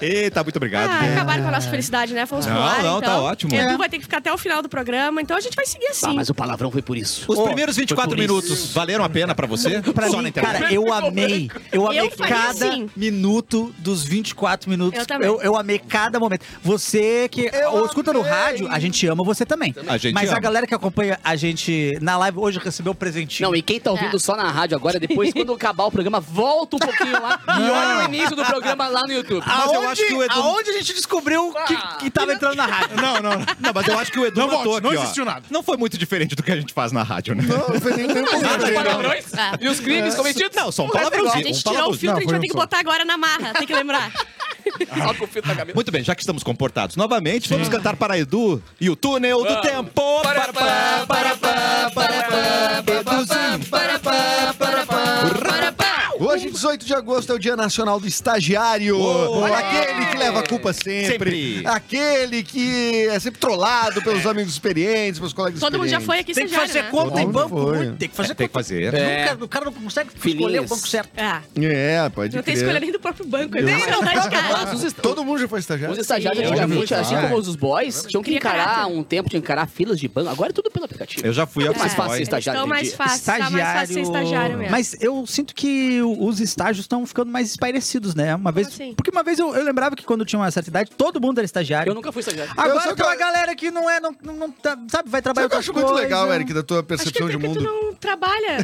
S1: Eita, muito obrigado.
S7: Ah, acabaram com a nossa felicidade, né? Fomos pro
S1: Não,
S7: ar,
S1: não,
S7: então.
S1: tá ótimo.
S7: Edu
S1: Tá É.
S7: vai ter que ficar até o final do programa, então a gente vai seguir assim.
S4: Ah, mas o palavrão foi por isso.
S1: Os primeiros 24 minutos valeram a pena pra você?
S3: Pra
S1: Só na
S3: mim,
S1: internet?
S3: cara, eu amei. Eu amei
S7: Eu faria
S3: cada
S7: assim.
S3: minuto dos 24 minutos.
S7: Eu também.
S3: amei cada momento. Você que ou escuta no rádio, a gente ama você também.
S1: A gente
S3: Mas
S1: ama.
S3: a galera que acompanha a gente na live hoje recebeu um presentinho.
S4: Não, e quem tá ouvindo só na rádio agora, depois, quando acabar o programa, volta um pouquinho lá e olha o início do programa lá no YouTube.
S1: Mas eu acho que o Edu-
S3: aonde a gente descobriu
S7: Ah,
S3: que, que
S7: é
S3: tava entrando
S7: um
S3: na rádio?
S6: Não, não, não.
S1: Não, mas eu acho que o Edu
S6: Não,
S1: matou
S6: volte, não
S1: aqui, ó.
S6: existiu nada.
S1: Não foi muito diferente do que a gente faz na rádio, né?
S5: Não, não foi nem é nem
S4: Os
S5: comentário, não.
S4: palavrões
S1: Ah.
S4: e os crimes cometidos.
S1: Não, só um
S7: é A
S1: palavrãozinho.
S7: gente
S1: Um
S7: tirou o
S1: palavrãozinho.
S7: filtro,
S6: Não,
S7: a gente
S6: foi
S7: vai
S6: um
S7: ter que
S6: só.
S7: botar agora na marra, tem que lembrar.
S4: Só com o filtro na cabeça.
S1: Muito bem, já que estamos comportados novamente, vamos cantar para Edu e o túnel do tempo. Para, para, para, para, para, para, Eduzinho.
S5: Hoje, 18 de agosto, é o Dia Nacional do Estagiário. aquele que leva a culpa sempre.
S1: Sempre.
S5: Aquele que é sempre trollado pelos amigos experientes, pelos colegas
S7: Todo mundo já
S5: experientes.
S7: foi aqui,
S3: Tem que
S7: estagiário,
S3: fazer
S7: né?
S3: conta em
S5: Não,
S3: banco.
S5: foi.
S3: muito, Tem que fazer
S1: Tem que
S3: conta.
S1: fazer.
S3: O,
S4: É.
S3: cara, o cara não consegue escolher
S4: Filhinhas.
S3: o banco certo.
S7: Ah,
S5: É, pode
S7: não tem
S5: crer.
S7: escolha nem do próprio banco, é
S5: Eu-
S3: tá
S7: impressionante, cara.
S4: Mas os, est-
S5: Todo mundo já foi
S4: os
S7: é
S5: estagiário?
S4: estagiários
S7: Sim.
S4: antigamente, assim
S5: Vai.
S4: como os boys, tinham que
S7: Cria
S4: encarar
S7: caráter.
S4: um tempo, tinham que encarar filas de banco. Agora é tudo pelo aplicativo.
S1: Eu já fui a
S4: mais
S1: Playboy.
S4: fácil estagiário
S7: Então
S4: hoje em
S7: mais
S4: dia.
S7: fácil, tá mais fácil ser estagiário mesmo.
S3: Mas eu sinto que o- os estágios estão ficando mais esparecidos, né? Uma vez.
S7: assim?
S3: Porque uma vez eu, eu lembrava que quando eu tinha uma certa idade, todo mundo era estagiário.
S4: Eu nunca fui estagiário.
S5: Eu
S3: Agora
S5: só
S3: tem uma
S5: que-
S3: galera que não é, não, não, não tá- sabe, vai trabalhar
S5: Sabe o que
S3: outras
S5: eu acho muito legal,
S3: coisas.
S5: Eric, da tua
S7: Acho que
S5: percepção
S7: até
S5: de
S7: porque tu
S5: mundo?
S7: não trabalha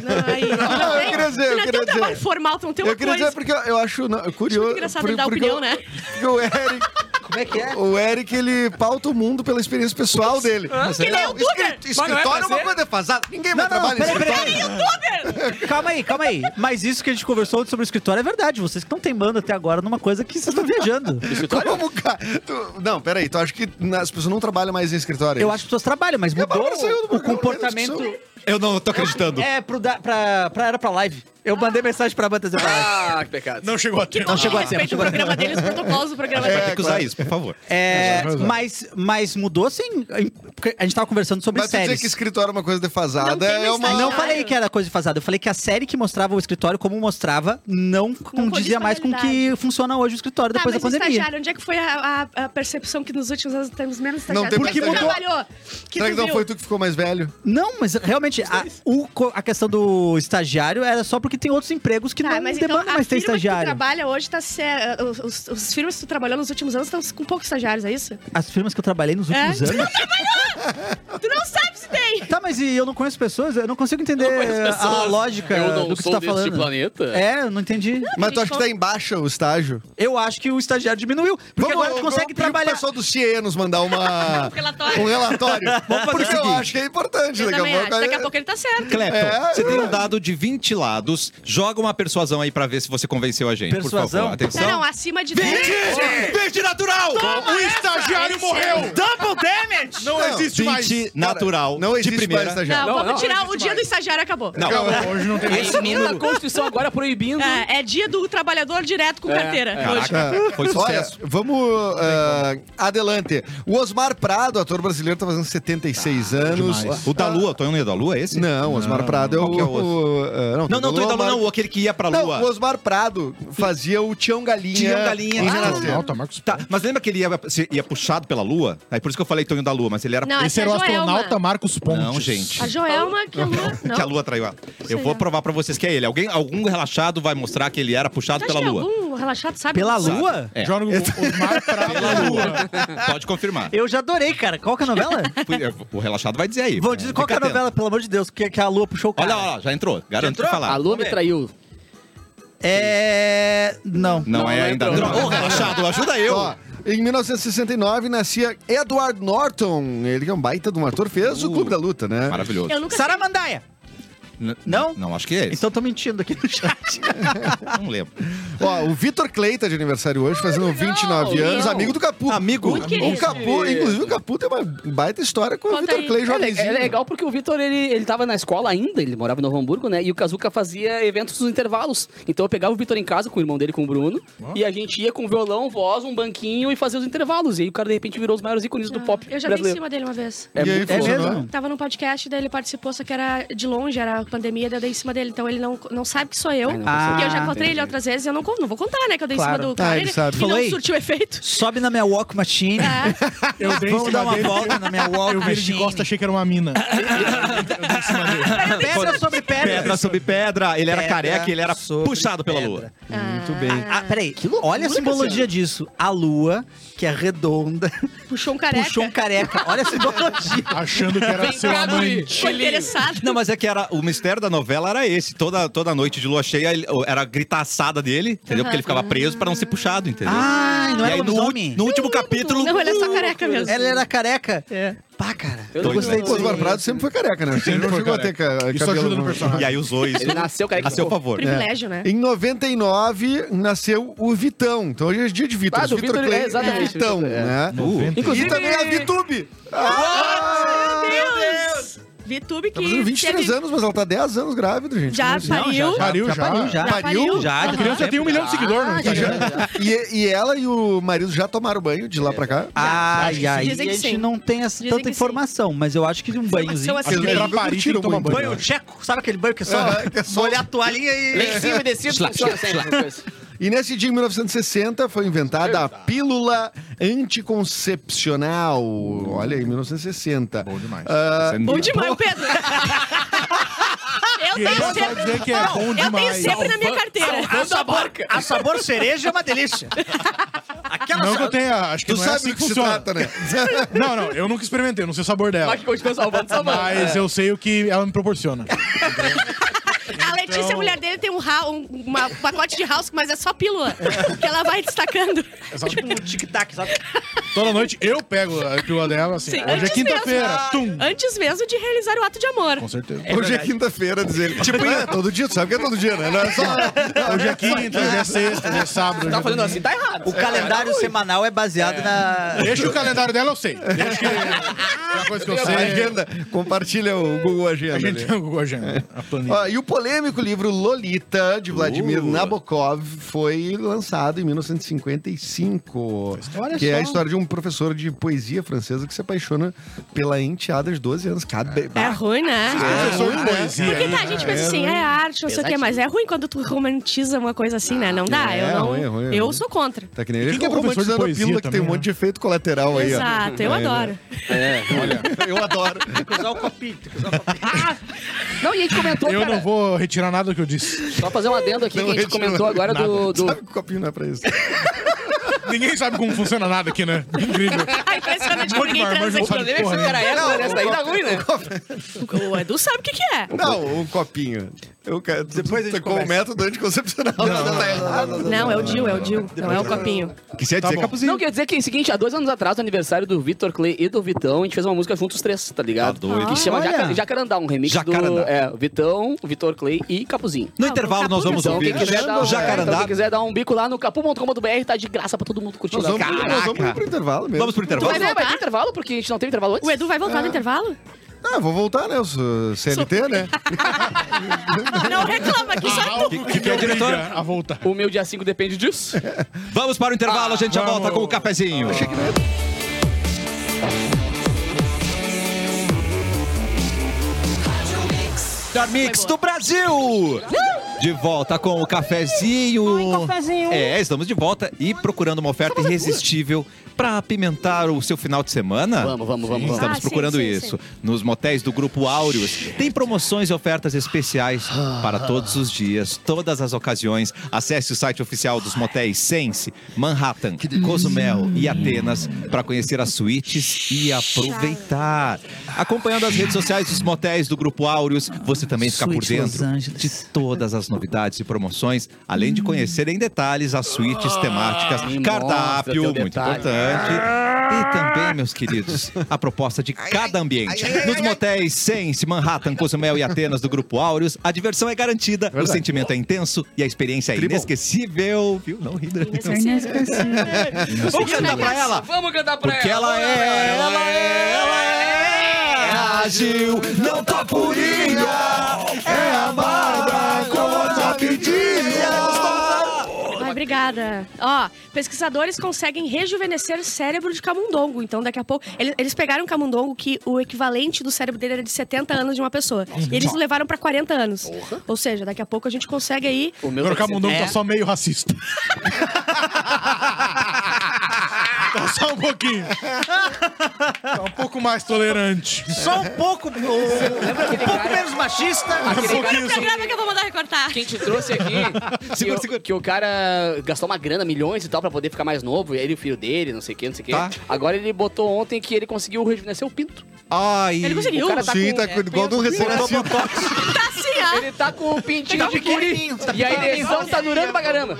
S7: não, aí. Não,
S5: Não, eu
S7: tem-
S5: queria dizer,
S7: tu
S5: eu
S7: não tem
S5: queria
S7: um trabalho
S5: dizer.
S7: formal, tu não tem uma
S5: Eu queria
S7: coisa.
S5: dizer porque eu acho não, curioso.
S7: engraçado ele dar
S5: porque
S7: opinião,
S5: eu-
S7: né?
S5: porque o Eric.
S4: Como é que é?
S5: O Eric, ele pauta o mundo pela experiência pessoal dele.
S2: que ele é
S5: Não,
S2: youtuber.
S5: escrit-
S2: Mas não é
S5: Escritório é uma
S2: prazer?
S5: coisa defasada. Ninguém
S3: Não,
S5: mais
S3: não,
S5: trabalha
S3: não,
S5: em
S3: peraí,
S5: escritório.
S3: peraí.
S2: Youtuber!
S3: Calma aí, calma aí. Mas isso que a gente conversou sobre o escritório é verdade. Vocês que não têm banda até agora numa coisa que vocês estão viajando.
S5: Como, cara? Tu- Não, peraí, tu acha que na- as pessoas não trabalham mais em escritório?
S3: Eu acho que as pessoas trabalham, mas mudou
S5: Bárbara saiu do
S3: o
S5: programa,
S3: comportamento.
S5: menos que
S1: Eu não tô acreditando.
S3: É, pro da, pra, pra- era pra live. Eu mandei
S7: Ah.
S3: mensagem pra banda. dizer pra live.
S4: Ah, que pecado.
S6: Não chegou a tempo.
S3: Não chegou a tempo,
S2: Respeita o
S3: chegou a
S2: programa dele, os protocolos do programa
S1: Então, Vai
S5: É.
S2: dele.
S1: ter que usar isso, por favor.
S3: É, mas, mas mudou sim. Porque A gente tava conversando sobre
S5: Mas tu dizer
S3: séries.
S5: que escritório é uma coisa defasada
S2: Não tem
S5: é
S2: mais
S5: uma...
S2: nada.
S3: Não falei que era coisa de fazada, eu falei que a série que mostrava o escritório como mostrava não condizia mais com o que
S7: realidade.
S3: funciona hoje o escritório depois
S7: tá,
S3: da
S7: mas o
S3: pandemia.
S7: estagiário, onde é que foi a, a- a percepção que nos últimos anos temos menos
S5: Não
S7: estagiário?
S5: tem
S7: Onde é que tu
S5: mais estagiário.
S7: trabalhou? Que
S5: Será que
S7: tu
S5: não
S7: viu?
S5: foi tu que ficou mais velho?
S3: Não, mas realmente a, o co- a questão do estagiário era só porque tem outros empregos que
S7: Tá,
S3: não
S7: mas então
S3: demandam
S7: a
S3: mais ter
S7: firma que tu
S3: estagiário.
S7: trabalha hoje tá se, os, os, os firmas que tu trabalhou nos últimos anos estão com poucos estagiários, é isso?
S3: As firmas que eu trabalhei nos últimos
S7: É?
S3: anos.
S7: Tu não sabe se tem!
S3: Tá, mas e eu não conheço pessoas, eu não consigo entender a lógica
S4: Eu não
S3: do que
S4: sou
S3: você tá
S4: deste
S3: falando.
S4: planeta.
S3: É, eu não entendi.
S5: Mas tu acha que tá em baixa o estágio?
S3: Eu acho que o estagiário diminuiu, porque agora tu consegue
S5: vamos pedir pro
S3: trabalhar.
S5: pessoal do CIE nos mandar uma...
S7: relatório.
S5: um relatório.
S3: Vamos fazer o
S5: Porque eu
S3: seguinte.
S5: acho que é importante.
S7: tá- Eu
S5: Daqui a
S7: também
S5: pouco...
S7: acho. Daqui a pouco ele tá certo.
S1: Clepton,
S5: É,
S1: você tem um dado de 20 lados. Joga uma persuasão aí pra ver se você convenceu a gente, por
S3: Persuasão?
S1: favor. Atenção.
S7: Não, não, acima de 10.
S1: 20 natural!
S6: O estagiário morreu!
S3: Double damage!
S6: Não existe mais.
S1: 20 natural
S5: Não
S1: de
S5: existe mais
S1: primeira.
S5: estagiário.
S7: Não,
S4: Não, não,
S7: vamos tirar.
S4: não
S7: o dia do estagiário acabou.
S1: Não. é
S6: Hoje não tem mais.
S4: Esse menino da Constituição agora proibindo.
S7: É, é dia do trabalhador direto com
S4: É.
S7: carteira. Hoje.
S1: Caraca, Ah, foi
S5: Olha,
S1: sucesso.
S5: vamos ah, adelante. O Osmar Prado, ator brasileiro, tá fazendo
S1: Ah,
S5: 76 anos.
S1: O da Lua, Tonho não é da Lua, é esse?
S5: Não, o Osmar Prado é
S1: Qual
S5: o.
S1: que é o outro?
S5: o- ah,
S1: Não,
S5: tem
S1: não,
S5: o
S1: Tonho da Lua
S5: Lomar-
S1: não, aquele que ia pra
S5: Não,
S1: Lua.
S5: o Osmar Prado fazia o Tião Galinha.
S1: Tião Galinha.
S5: em
S1: Ah,
S5: Renascer.
S6: Alta, Marcos.
S1: Tá, mas lembra que ele ia, se- ia puxado pela Lua? Aí por isso que eu falei Tonho da Lua, mas ele era.
S7: Não,
S6: Esse
S7: essa é
S6: era o
S7: a Joelma. Ah,
S6: astronauta Marcos Pontes.
S1: Não, gente.
S7: A Joelma, que a Lua. Não.
S1: Que é a Lua traiu ela. Eu
S7: Sei
S1: vou
S7: lá.
S1: provar pra vocês que é ele. Alguém, algum relaxado vai mostrar que é ele era puxado
S7: Acho
S1: pela
S7: que
S1: Lua.
S7: Tá algum relaxado sabe.
S3: Pela
S7: disso.
S3: lua?
S1: É.
S6: Joga o Osmar Prado
S1: Pela Lua. Pode confirmar.
S3: Eu já adorei, cara. Qual que é a novela?
S1: Fui- eu- O relaxado vai dizer aí.
S3: Vou dizer qual que é
S1: Fica
S3: a
S1: atento.
S3: novela, pelo amor de Deus, que, que a lua puxou o cara.
S1: Olha lá, olha lá, já entrou. Garanto
S4: Entrou?
S1: que falar.
S4: A lua me traiu.
S3: É. Não.
S1: Não,
S4: Não,
S1: é
S4: não
S1: ainda.
S4: entrou.
S1: Ô, relaxado, ajuda eu.
S5: Ó, em 1969 nascia Edward Norton. Ele que é um baita de um ator, fez o
S1: Uh.
S5: Clube da Luta, né?
S1: Maravilhoso.
S7: Eu nunca
S3: Sara Mandaia.
S1: N-
S3: Não?
S1: Não, acho que é esse.
S3: Então tô mentindo aqui no chat.
S1: Não lembro.
S5: Ó, o Vitor Clay tá de aniversário hoje, fazendo 29
S4: legal.
S5: anos, amigo do Capu.
S1: Amigo?
S5: O,
S1: Muito
S7: querido.
S5: o Capu, inclusive o Capu tem uma baita história com o Vitor
S7: Conta aí.
S5: Clay,
S4: É, le-
S5: jovenzinho.
S4: é legal porque o Vitor, ele, ele tava na escola ainda, ele morava em Novo Hamburgo, né? E o Kazuca fazia eventos nos intervalos. Então eu pegava o Vitor em casa com o irmão dele, com o Bruno, e a gente ia com violão, voz, um banquinho e fazia os intervalos. E aí o cara, de repente, virou os maiores ícones do pop
S7: Ah, Eu já vi em
S4: brasileiro.
S7: cima dele uma vez.
S5: E
S6: É
S5: aí,
S4: bom.
S5: funcionou?
S3: mesmo?
S7: Tava num podcast, daí ele participou, só que era de longe, era a pandemia, daí eu dei em cima dele. Então ele não, não sabe que sou eu.
S4: não
S3: consegue.
S7: porque eu já
S3: Ah,
S7: encontrei ele outras vezes, eu não, con- não vou contar, né? Que eu dei em
S3: Claro.
S7: cima do
S5: Tá,
S7: cara.
S5: ele sabe.
S7: E
S3: Falou,
S7: não
S3: "Ei."
S7: surtiu efeito.
S3: Sobe na minha walk machine.
S6: É. Eu dei em
S3: Vamos
S6: cima
S3: dar uma
S6: dele.
S3: volta na minha walk
S6: Eu vi ele de
S3: machine.
S6: costa, achei que era uma mina.
S3: Pedra sobre pedra.
S1: Pedra sobre pedra, ele era
S3: Pedra
S1: careca, ele era
S3: sobre
S1: puxado pela
S3: pedra.
S1: lua.
S7: Muito
S3: Ah, Ah, peraí. Olha a simbologia disso. A lua, que é redonda,
S7: Puxou um careca.
S3: puxou um careca. Olha a simbologia.
S6: Achando que era seu amante.
S7: Ficou interessado.
S1: Não, mas é que era, o mistério da novela era esse. Toda, toda noite de lua cheia ele- era a gritaçada dele, entendeu? Porque ele ficava preso pra não ser puxado, entendeu?
S3: Ah, não
S1: e
S3: era
S1: aí, no,
S3: lobisomem?
S1: ú- no último capítulo.
S7: Não, ele é só careca mesmo.
S3: Ela era careca. É. Pá, cara.
S4: Eu
S3: Eu,
S4: não
S3: gostei
S4: lembro.
S5: Pô,
S3: disso.
S5: O Osmar Prado sempre foi careca, né? Ele
S6: Sempre
S5: não
S6: foi
S5: chegou a ter
S6: careca.
S5: ca-
S6: Isso
S5: cabelo
S6: ajuda no personagem.
S1: E aí usou isso
S4: Ele nasceu careca.
S1: a seu favor.
S7: Privilégio, né?
S5: Em 99 nasceu o Vitão. Então hoje é dia de Vitor.
S4: Ah, do
S5: Vitor
S4: Vitor,
S5: Clay
S4: é, exatamente,
S5: e Vitão,
S4: Vitor, é.
S5: né?
S1: Uh,
S5: E
S4: Inclusive-
S5: também a Vitube. Ah,
S7: Meu Deus! VTube que.
S5: Tá fazendo 23
S7: teve-
S5: anos, né? mas ela tá 10 anos grávida, gente.
S7: Já pariu.
S6: Pariu já.
S3: Ah, pariu, já.
S7: Já pariu?
S3: Já, É
S6: A criança tem um milhão de seguidores.
S7: Ah,
S6: não tem?
S5: E, e ela e o marido já tomaram banho de
S4: É.
S5: lá pra cá.
S3: Ai,
S7: Dizem
S3: ai,
S7: que
S3: a gente
S7: sim.
S3: não tem essa,
S7: Dizem
S3: tanta
S7: que sim.
S3: informação, mas eu acho que de um banhozinho.
S7: assim,
S6: Acho que
S7: Sim.
S6: pra Paris tem que tomar
S5: muito.
S6: banho.
S3: Banho tcheco, sabe aquele banho que é só
S5: Aham, que é só-
S3: molhar a toalhinha e...
S4: Lá em cima e assim, descido funciona sempre essas coisas.
S5: E nesse dia, em 1960, foi inventada a pílula anticoncepcional. Olha aí, 1960.
S6: Bom demais.
S5: Ah,
S7: Bom demais, o Pedro. eu tenho
S6: Criança vai
S7: sempre.
S6: dizer que é bom
S7: Eu tenho
S6: demais.
S7: sempre na minha carteira.
S3: A sabor, a sabor cereja é uma delícia. Aquela
S6: Não que eu
S3: sa-
S6: tenha, acho que
S5: tu
S6: não é
S5: sabe
S6: assim
S5: do
S6: que
S5: que se
S6: funciona. É
S5: trata, né?
S6: Não, não, eu nunca experimentei, não sei o sabor dela.
S4: Mas que continua salvando, salvando.
S6: Mas eu sei o que ela me proporciona.
S7: Letícia, a mulher dele, tem um, ra- um- uma- um pacote de house, mas é só pílula. que ela vai destacando.
S6: É só-
S3: Tipo um tic-tac, sabe?
S6: Toda noite eu pego a pílula dela, assim.
S7: Sim,
S6: Hoje é
S7: antes
S6: quinta-feira. Tum!
S7: Antes mesmo de realizar o ato de amor.
S6: Com certeza.
S5: Hoje é quinta-feira, diz ele. Tipo, é, todo dia, tu sabe que é todo dia, né? Não é só.
S6: Hoje é quinta, hoje é sexta, hoje é sábado.
S4: Tá
S6: hoje é
S4: fazendo assim, tá errado.
S2: O calendário semanal é baseado na.
S6: Deixa o calendário dela, eu sei. Deixa que. É uma coisa que eu
S5: A
S6: sei.
S5: agenda. Compartilha o Google Agenda.
S6: A gente
S5: ali.
S6: tem o Google Agenda. A planilha.
S5: Ó, e o polêmico livro Lolita, de Vladimir Nabokov, foi lançado em 1955.
S6: História
S5: que é a
S6: só.
S5: história de um professor de poesia francesa que se apaixona pela enteada de 12 anos. Cada...
S7: É ruim, né?
S6: Professor de um poesia.
S7: Porque
S6: aí,
S7: tá, a gente pensa assim, é arte, não sei o quê, mas é ruim quando tu romantiza uma coisa assim, né? Não dá.
S5: É,
S7: eu não,
S5: ruim, é ruim, é
S7: eu
S5: ruim.
S7: sou contra.
S5: Tá que nem
S6: E
S5: ele
S6: quem que é professor de
S5: romantizando a
S6: poesia
S5: pílula que tem
S6: também,
S5: um
S6: né?
S5: monte de efeito colateral aí. ó.
S7: Exato, eu
S5: É, né?
S7: adoro.
S5: Eu adoro.
S2: Usar o copinho.
S4: Não, e a gente comentou,
S6: Eu
S4: cara,
S6: não vou retirar nada do que eu disse.
S4: só fazer um adendo aqui que a gente
S5: retiro
S4: comentou agora
S5: nada.
S4: do... do-
S5: Sabe que o copinho não é pra isso.
S6: Ninguém sabe como funciona nada aqui, né? Incrível.
S7: É impressionante
S6: Muito
S7: que ninguém
S6: bom,
S7: transa
S6: muito
S7: aqui.
S6: bom.
S4: problema é que esse
S6: Porra,
S4: cara é,
S5: Não,
S4: essa daí tá ruim, né?
S7: O Edu sabe o que que é.
S5: Não, um copinho. Eu, cara,
S2: Depois a gente
S5: com o
S2: conversa.
S5: método anticoncepcional. nada tá errado.
S7: Não, é o Dil, é o Dil. Não é o copinho.
S5: Que se é
S6: Tá
S5: dizer
S6: bom.
S5: capuzinho.
S4: Não, quer dizer que é o seguinte, há dois anos atrás, no aniversário do Vitor Clay e do Vitão, a gente fez uma música juntos os três, tá ligado?
S1: Tá doido.
S4: Que se chama
S2: Olha.
S4: Jaca- Jacarandá, um remix do...
S1: Jacarandá.
S4: É, Vitão, Vitor Clay e Capuzinho.
S1: No
S7: Ah,
S1: intervalo nós vamos
S4: Então,
S7: né?
S1: ouvir
S4: quem quiser dar,
S1: o
S4: então,
S1: Jacarandá.
S4: quem quiser dar um bico lá no capu.com.br, tá de graça pra todo mundo curtir
S5: Nós
S4: lá.
S5: vamos, nós vamos
S1: Caraca.
S5: pro intervalo mesmo.
S1: Vamos pro intervalo?
S4: Mas é, vai ter intervalo, porque a gente não teve intervalo antes.
S7: O Edu vai voltar no intervalo?
S5: Ah, vou voltar, né? Eu sou CLT, né?
S7: Não reclama que só tu.
S6: que, que
S1: é
S6: é
S1: o diretor?
S6: A voltar.
S4: O meu dia 5 depende disso.
S1: Vamos para o intervalo, a gente já
S4: Ah,
S6: vamos.
S1: volta com o cafezinho. Melhor Mix do Brasil! De volta com o cafezinho. É, estamos de volta e procurando uma oferta irresistível para apimentar o seu final de semana.
S4: Vamos, vamos, vamos, vamos.
S1: Estamos
S7: Ah, sim,
S1: procurando
S7: sim,
S1: isso. Nos motéis do Grupo Áureos tem promoções e ofertas especiais
S2: Ah.
S1: para todos os dias, todas as ocasiões. Acesse o site oficial dos motéis Sense, Manhattan, Cozumel e Atenas para conhecer as suítes e aproveitar. Acompanhando as redes sociais dos motéis do Grupo Áureos, você também fica por
S2: Suíte Los
S1: dentro
S2: Angeles. Hum.
S1: de todas as novidades e promoções, além de conhecer em detalhes as suítes temáticas,
S4: Me
S1: cardápio,
S4: mostra teu
S1: muito
S4: detalhe.
S1: importante. E também, meus queridos, a proposta de cada ambiente. Nos motéis Sense, Manhattan, Cozumel e Atenas do Grupo Áureos, a diversão é garantida, o sentimento é intenso e a experiência é inesquecível. Viu? Não ri daí. Vamos cantar pra ela!
S4: Vamos cantar pra
S1: Porque ela é, ela é, ela é ágil, não tá purinha, é amada como a pedinha.
S7: Ai, obrigada. Ó, pesquisadores conseguem rejuvenescer o cérebro de camundongo. Então, daqui a pouco. ele- Eles, pegaram um camundongo que o equivalente do cérebro dele era de 70 anos de uma pessoa. E eles levaram pra 40 anos. Ou seja, daqui a pouco a gente consegue aí.
S4: O meu
S6: Agora o
S4: tá
S6: Camundongo tá só meio racista. tá só um pouquinho. Tá um pouco mais tolerante.
S3: Só um pouco, um
S4: É.
S3: pouco menos machista.
S6: Um pouquinho só.
S7: é Programa que eu vou mandar recortar.
S4: Quem te trouxe aqui, que, o, que o cara gastou uma grana, milhões e tal, pra poder ficar mais novo, ele e o filho dele, não sei o que, não sei o que.
S5: Tá.
S4: Agora ele botou ontem que ele conseguiu rejuvenescer o pinto.
S5: Ai.
S7: Ele conseguiu.
S4: O cara tá
S5: Sim,
S4: com-
S5: tá com- igual de um recém-nascido.
S7: Tá assim, ó.
S4: Ele tá com o pintinho
S2: Tá
S4: de
S2: com
S4: guri.
S2: bolinho, tá
S4: E a
S2: com bolinho.
S4: ereção tá durando pra caramba.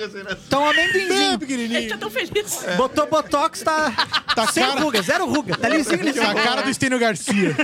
S2: Tá um amendoinzinho.
S7: Ele tá tão feliz.
S2: Botou botox, tá.
S6: Tá
S2: Sem
S6: cara-
S2: ruga, zero ruga. Tá lisinho, lisinho.
S6: A cara do Estênio Garcia.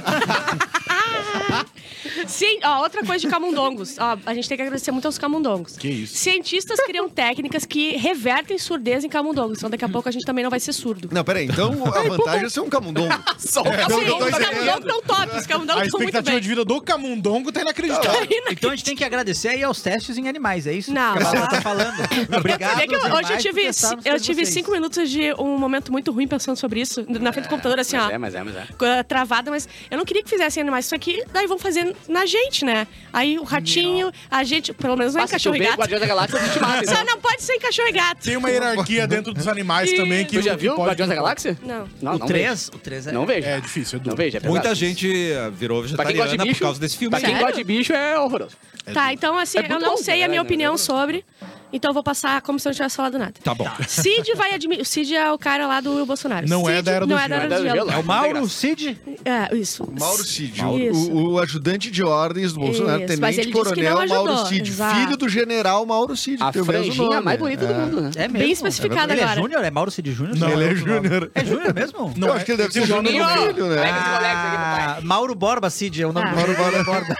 S7: Sim, ó, outra coisa de camundongos. Ó, a gente tem que agradecer muito aos camundongos.
S6: Que isso.
S7: Cientistas criam técnicas que revertem surdez em camundongos. Então daqui a pouco a gente também não vai ser surdo.
S5: Não, peraí. Então a vantagem é ser um camundongo.
S4: Só
S5: Não,
S7: Sim,
S5: não tô
S7: os
S5: entendendo.
S7: camundongos estão top, os camundongos
S6: A
S7: estão muito
S6: expectativa
S7: bem.
S6: de vida do Camundongo tá inacreditável.
S2: Então a gente tem que agradecer aí aos testes em animais, é isso?
S7: Não.
S2: Que a galera tá falando. Obrigado.
S7: Sabia é que eu-
S2: aos
S7: hoje eu
S2: animais por
S7: tive,
S2: testar as
S7: eu
S2: coisas de
S7: tive
S2: vocês.
S7: cinco minutos de um momento muito ruim pensando sobre isso, na frente do computador, assim, ó.
S4: É, mas é, mas é.
S7: eh, Travada, mas eu não queria que fizessem animais, só que daí vão fazer na gente, né? Aí o ratinho, a gente, pelo menos não é em
S4: Mas se tu
S7: cachorro e
S4: vê
S7: gato.
S4: Guardiões da Galáxia, a gente mata.
S7: Só
S4: então.
S7: não pode ser em cachorro e gato.
S6: Tem uma hierarquia dentro dos animais também que
S4: Tu já
S6: que
S4: viu
S6: pode-
S4: Guardiões da Galáxia?
S7: Não.
S4: Não,
S2: O
S4: não vejo.
S2: 3? O 3 é.
S4: Não vejo.
S6: É difícil, é duro.
S4: Não vejo, é pesado.
S1: Muita gente virou
S4: Pra quem gosta de
S1: vegetariana
S4: bicho,
S1: por causa desse filme.
S4: Pra quem
S1: aí.
S4: gosta de bicho, é horroroso.
S7: Tá, então assim,
S4: É
S7: eu
S4: muito
S7: não
S4: bom,
S7: sei a
S4: galera,
S7: minha
S4: né?
S7: opinião sobre. Então eu vou passar como se eu não tivesse falado nada.
S1: Tá bom.
S4: É
S7: Cid vai admitir. O Cid é o cara lá do Bolsonaro.
S6: Não é
S7: Cid
S6: da Era do
S7: não
S6: Gelo.
S7: É da era do gelo.
S3: É o Mauro, o Cid?
S7: É, isso.
S5: Mauro Cid,
S7: Isso.
S5: o, o ajudante de ordens do Bolsonaro,
S7: Isso, mas ele disse que não
S5: tenente-coronel
S7: ajudou.
S5: Mauro Cid,
S7: Exato.
S5: filho do general Mauro Cid,
S4: A
S5: tem o mesmo
S4: franjinha
S5: nome.
S4: mais bonita do mundo, né?
S3: É
S7: Bem especificado
S3: Ele é
S7: agora.
S3: Júnior? É Mauro Cid Júnior?
S6: Não,
S5: Ele é
S6: não.
S5: júnior.
S3: É Júnior mesmo?
S5: Eu acho que ele deve ser júnior do filho, né?
S4: É.
S7: um
S3: Ah, Mauro Borba Cid é o nome
S7: Ah.
S3: do
S5: Mauro Borba.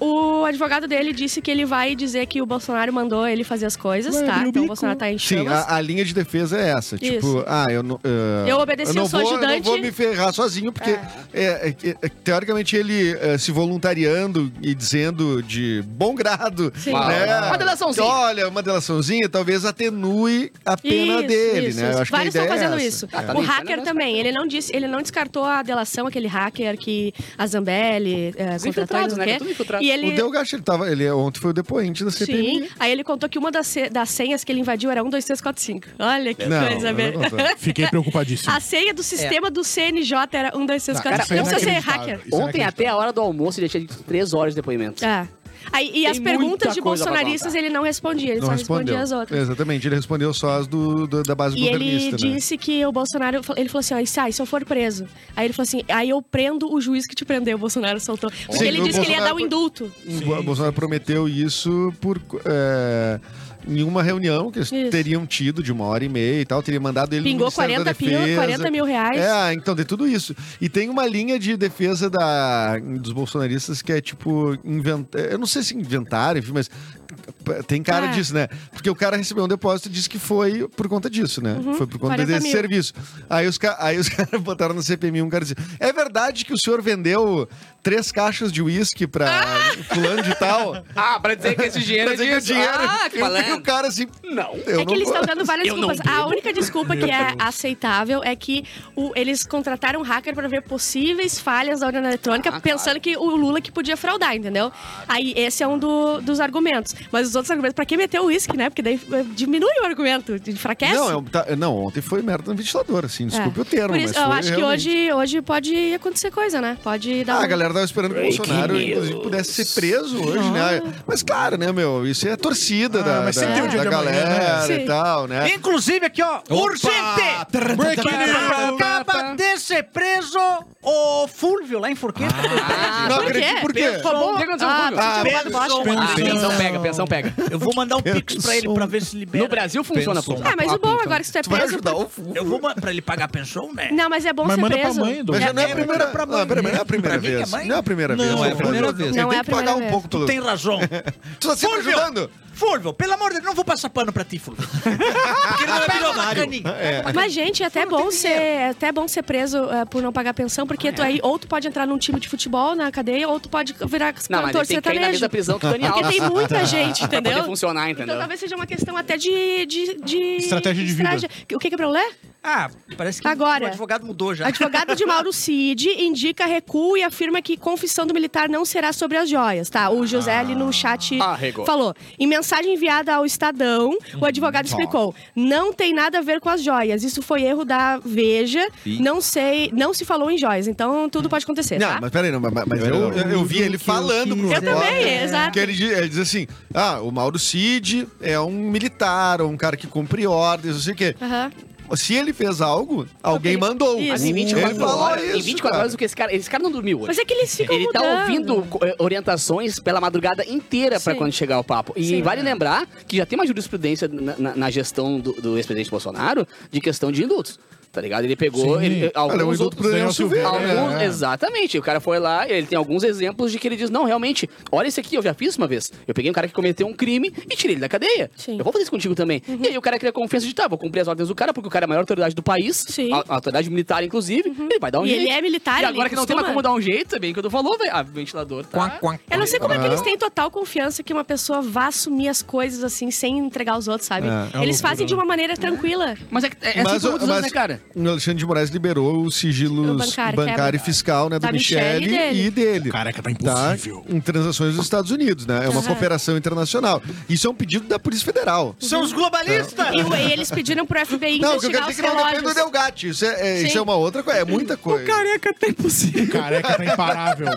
S7: O, o advogado dele disse que ele vai dizer que o Bolsonaro mandou ele fazer as coisas,
S4: é
S7: tá?
S4: um
S7: Então o Bolsonaro tá em
S5: Sim,
S7: chamas.
S5: a, a linha de defesa é essa. Tipo,
S7: Isso.
S5: ah, eu não. eh,
S7: Eu obedeci,
S5: não
S7: eu sou
S5: vou, Eu não
S7: ajudante.
S5: vou me ferrar sozinho, porque é, é, é, é, teoricamente ele eh, se voluntariando e dizendo de bom grado.
S7: Sim.
S5: Né?
S4: Uma delaçãozinha.
S5: Olha, uma delaçãozinha talvez atenue a pena
S7: Isso,
S5: dele,
S7: isso,
S5: né?
S7: isso.
S5: Eu acho que a
S7: Vários
S5: ideia
S7: estão fazendo
S5: é essa.
S7: isso.
S4: Ah, tá
S7: o
S4: bem.
S7: hacker também, ele não disse, ele não descartou a delação, aquele hacker que a Zambelli é,
S4: Os
S7: contratou, não
S4: infiltrados,
S7: sei
S4: né?
S7: o quê.
S4: Tá tudo infiltrado.
S7: E ele
S5: O Delgacho, ele tava. Ele ontem foi o depoente da
S7: Sim,
S5: CPMI.
S7: aí ele contou que uma das, ce- das senhas que ele invadiu era 1, 2, 3, 4, 5. Olha que
S5: Não,
S7: coisa,
S5: não
S7: velho.
S5: contou.
S6: Fiquei preocupadíssimo.
S4: Ah,
S7: A senha
S4: É.
S7: do sistema do CNJ era 1, 2, 3, 4,
S6: Não, cara,
S7: 5. Não precisa ser
S6: inacreditável.
S7: hacker.
S6: Isso é
S4: Ontem, até a hora do almoço, ele tinha dito três horas de depoimento.
S7: É. Aí, e as perguntas
S4: muita
S7: de
S4: coisa pra
S7: bolsonaristas ele não respondia, ele
S5: Não
S7: só
S5: respondeu.
S7: respondia as outras.
S5: Exatamente, ele respondeu só as do, do- da base
S7: E ele
S5: governista. né?
S7: disse que o Bolsonaro. Ele falou assim: ó, e se- ah, e se eu for preso? Aí ele falou assim: aí eu prendo o juiz que te prendeu, o Bolsonaro soltou. Porque
S5: Sim,
S7: ele
S5: o
S7: disse que ele ia
S5: Bolsonaro
S7: dar um
S5: foi-
S7: indulto.
S5: O Bolsonaro prometeu isso por. é, em uma reunião que eles
S7: Isso.
S5: teriam tido de uma hora e meia e tal, teria mandado ele no
S7: Pingou
S5: Ministério
S7: 40
S5: da
S7: pila,
S5: Defesa.
S7: 40 mil reais.
S5: É, então tem tudo isso. E tem uma linha de defesa da, dos bolsonaristas que é tipo. Inventa, eu não sei se inventaram, enfim, mas tem cara
S7: Ah.
S5: disso, né? Porque o cara recebeu um depósito e disse que foi por conta disso, né?
S7: Uhum.
S5: foi por conta
S7: 40
S5: desse
S7: mil.
S5: serviço. Aí os, ca- aí os caras botaram no CPMI um cara disse: É verdade que o senhor vendeu três caixas de uísque pra fulano de tal?
S2: Ah, pra dizer que esse dinheiro
S5: Mas é que o dinheiro. e o cara assim.
S4: Não.
S5: Eu
S7: é que
S5: não
S7: eles
S5: vou-
S7: estão dando várias
S4: Eu não
S7: desculpas. A única desculpa que é aceitável é que o- eles contrataram um hacker para ver possíveis falhas da urna eletrônica,
S5: Ah, tá.
S7: pensando que o Lula que podia fraudar, entendeu? Aí esse é um do- dos argumentos. Mas os outros argumentos, para que meter o uísque, né? Porque daí eh, diminui o argumento, enfraquece.
S5: Não, é um- tá- não, ontem foi merda no ventilador, assim, desculpe o termo,
S7: É. Por isso,
S5: mas
S7: eu
S5: foi
S7: acho que
S5: realmente-
S7: hoje, hoje pode acontecer coisa, né? Pode dar
S5: Ah,
S7: um-
S5: a galera tava esperando que o Bolsonaro, inclusive, pudesse ser preso hoje, né? Mas claro, né, meu? Isso é a torcida da,
S6: mas
S5: da,
S6: sempre tem um dia
S5: da
S6: de amanhã,
S5: galera
S7: né?
S5: e
S7: Sim.
S5: tal, né?
S3: Inclusive aqui, ó, urgente!
S6: Breaking news.
S3: Acaba de ser preso o Fulvio lá em Forqueta.
S5: não
S7: Ah, Por quê?
S5: acredito, por quê?
S4: Roubou? Tá O que aconteceu com o Fulvio?
S7: Ah, roubado, bosta.
S4: Ah, pensão pega, pensão pega.
S3: Eu vou mandar um pix pra ele pra ver se libera.
S4: No Brasil funciona, pô.
S6: um
S7: Ah, mas o bom agora que você é
S5: Tu então. vai
S7: preso.
S5: ajudar o Fulvio.
S3: Eu vou ma- pra ele pagar a pensão, né?
S7: Não, mas é bom
S6: Mas
S7: ser
S6: manda pra
S7: preso.
S6: mãe, né? do
S5: Mas já não é a
S3: É,
S5: primeira,
S3: pra mãe,
S5: não, pera- mas não é
S3: né?
S5: a primeira
S3: Pra mim que é
S5: vez.
S3: mãe?
S5: Não é a primeira
S6: Não,
S5: vez.
S6: é a
S5: Fulvio.
S6: primeira vez.
S5: Ele
S7: Não
S5: tem
S7: é a
S5: que pagar
S7: primeira
S5: um
S7: vez.
S5: pouco pelo...
S3: Tu tem razão.
S5: Tu tá sempre
S3: Fulvio!
S5: ajudando?
S3: Fulvio, pelo amor de Deus, não vou passar pano pra ti, Fulvio. Porque ele não é milionário.
S7: Mas, gente, é até, bom ser, é até bom ser preso eh, por não pagar pensão, porque
S4: É.
S7: tu aí ou tu pode entrar num time de futebol na cadeia, ou tu pode virar
S4: Não, mas
S7: cantor
S4: ele tem que cair na
S7: sertanejo.
S4: mesma prisão que o Daniel
S7: é Porque
S4: Alves.
S7: tem muita gente,
S4: Pra poder
S7: entendeu?
S4: funcionar,
S7: Então
S4: entendeu?
S7: talvez seja uma questão até de. de, de-
S6: Estratégia de vida.
S7: O que que é pra eu ler?
S3: Ah, parece que
S7: Agora.
S3: o advogado mudou já.
S7: Advogado de Mauro Cid indica recuo e afirma que confissão do militar não será sobre as joias, tá? O José ali no chat
S4: Arregou.
S7: falou. Em mensagem enviada ao Estadão, o advogado explicou: não tem nada a ver com as joias. Isso foi erro da Veja. Não sei, não se falou em joias, então tudo pode acontecer,
S5: Não,
S7: tá?
S5: mas peraí, não, mas, mas eu, eu, eu vi ele falando pro
S7: Eu
S5: repórter.
S7: também, exato.
S5: Que ele, di- ele diz assim: ah, o Mauro Cid é um militar, um cara que cumpre ordens, não sei o quê.
S7: Aham.
S5: Se ele fez algo, alguém
S7: ele-
S5: mandou.
S7: Isso.
S4: Mas em 24
S5: ele falou
S4: horas,
S5: isso,
S4: em 24
S5: cara.
S4: horas, o que esse cara, esse cara não dormiu hoje.
S7: Mas é que eles ficam
S4: Ele tá
S7: mudando.
S4: ouvindo co- eh, orientações pela madrugada inteira pra
S7: Sim.
S4: quando chegar o papo. E
S7: Sim.
S4: vale lembrar que já tem uma jurisprudência na, na- na gestão do, do ex-presidente Bolsonaro de questão de indultos. Tá ligado? Ele pegou
S6: Sim.
S4: ele, eh, alguns
S5: Olha, o indulto
S4: outros.
S5: pro Daniel
S6: Daniel
S5: Silveira.
S4: alguns-
S7: né?
S5: é.
S4: Exatamente. O cara foi lá, ele tem alguns exemplos de que ele diz: Não, realmente, olha isso aqui, eu já fiz uma vez. Eu peguei um cara que cometeu um crime e tirei ele da cadeia.
S7: Sim. Uhum.
S4: Eu vou fazer isso contigo também. E aí o cara cria confiança de tá, vou cumprir as ordens do cara, porque o cara é a maior autoridade do país,
S7: Sim.
S4: a, a autoridade militar, inclusive. Ele vai dar um
S7: E
S4: jeito.
S7: ele é militar,
S4: E
S7: ele
S4: agora que não tem mais como
S7: costuma.
S4: dar um jeito, é bem que eu falou, velho. Ah, ventilador tá.
S7: Eu não sei como é que eles têm total confiança que uma pessoa vá assumir as coisas assim, sem entregar aos outros, sabe?
S5: É,
S7: eles fazem de uma maneira tranquila.
S4: Mas é, que- é, é assim
S5: Mas
S4: por
S5: o-
S4: muitos anos,
S5: mas-
S4: né, cara?
S5: o Alexandre de Moraes liberou os sigilos
S7: Do
S5: bancário,
S7: bancário,
S5: e
S7: quebra.
S5: fiscal né, do
S7: é Da
S5: Michele,
S7: Michele
S5: e
S7: e
S5: dele.
S6: Caraca, tá
S5: Tá?
S6: impossível.
S5: Em transações dos Estados Unidos, né? É uma cooperação internacional. Isso é um pedido da Polícia Federal.
S3: São os globalistas!
S7: E o- e eles pediram pro FBI
S5: Não, o que eu quero
S7: investigar os
S5: dizer é que não depende do
S7: relógios.
S5: Delgatti. Isso é, é- isso
S7: Sim.
S5: é uma outra coisa, é muita coisa.
S4: Careca tá impossível.
S6: Careca tá imparável.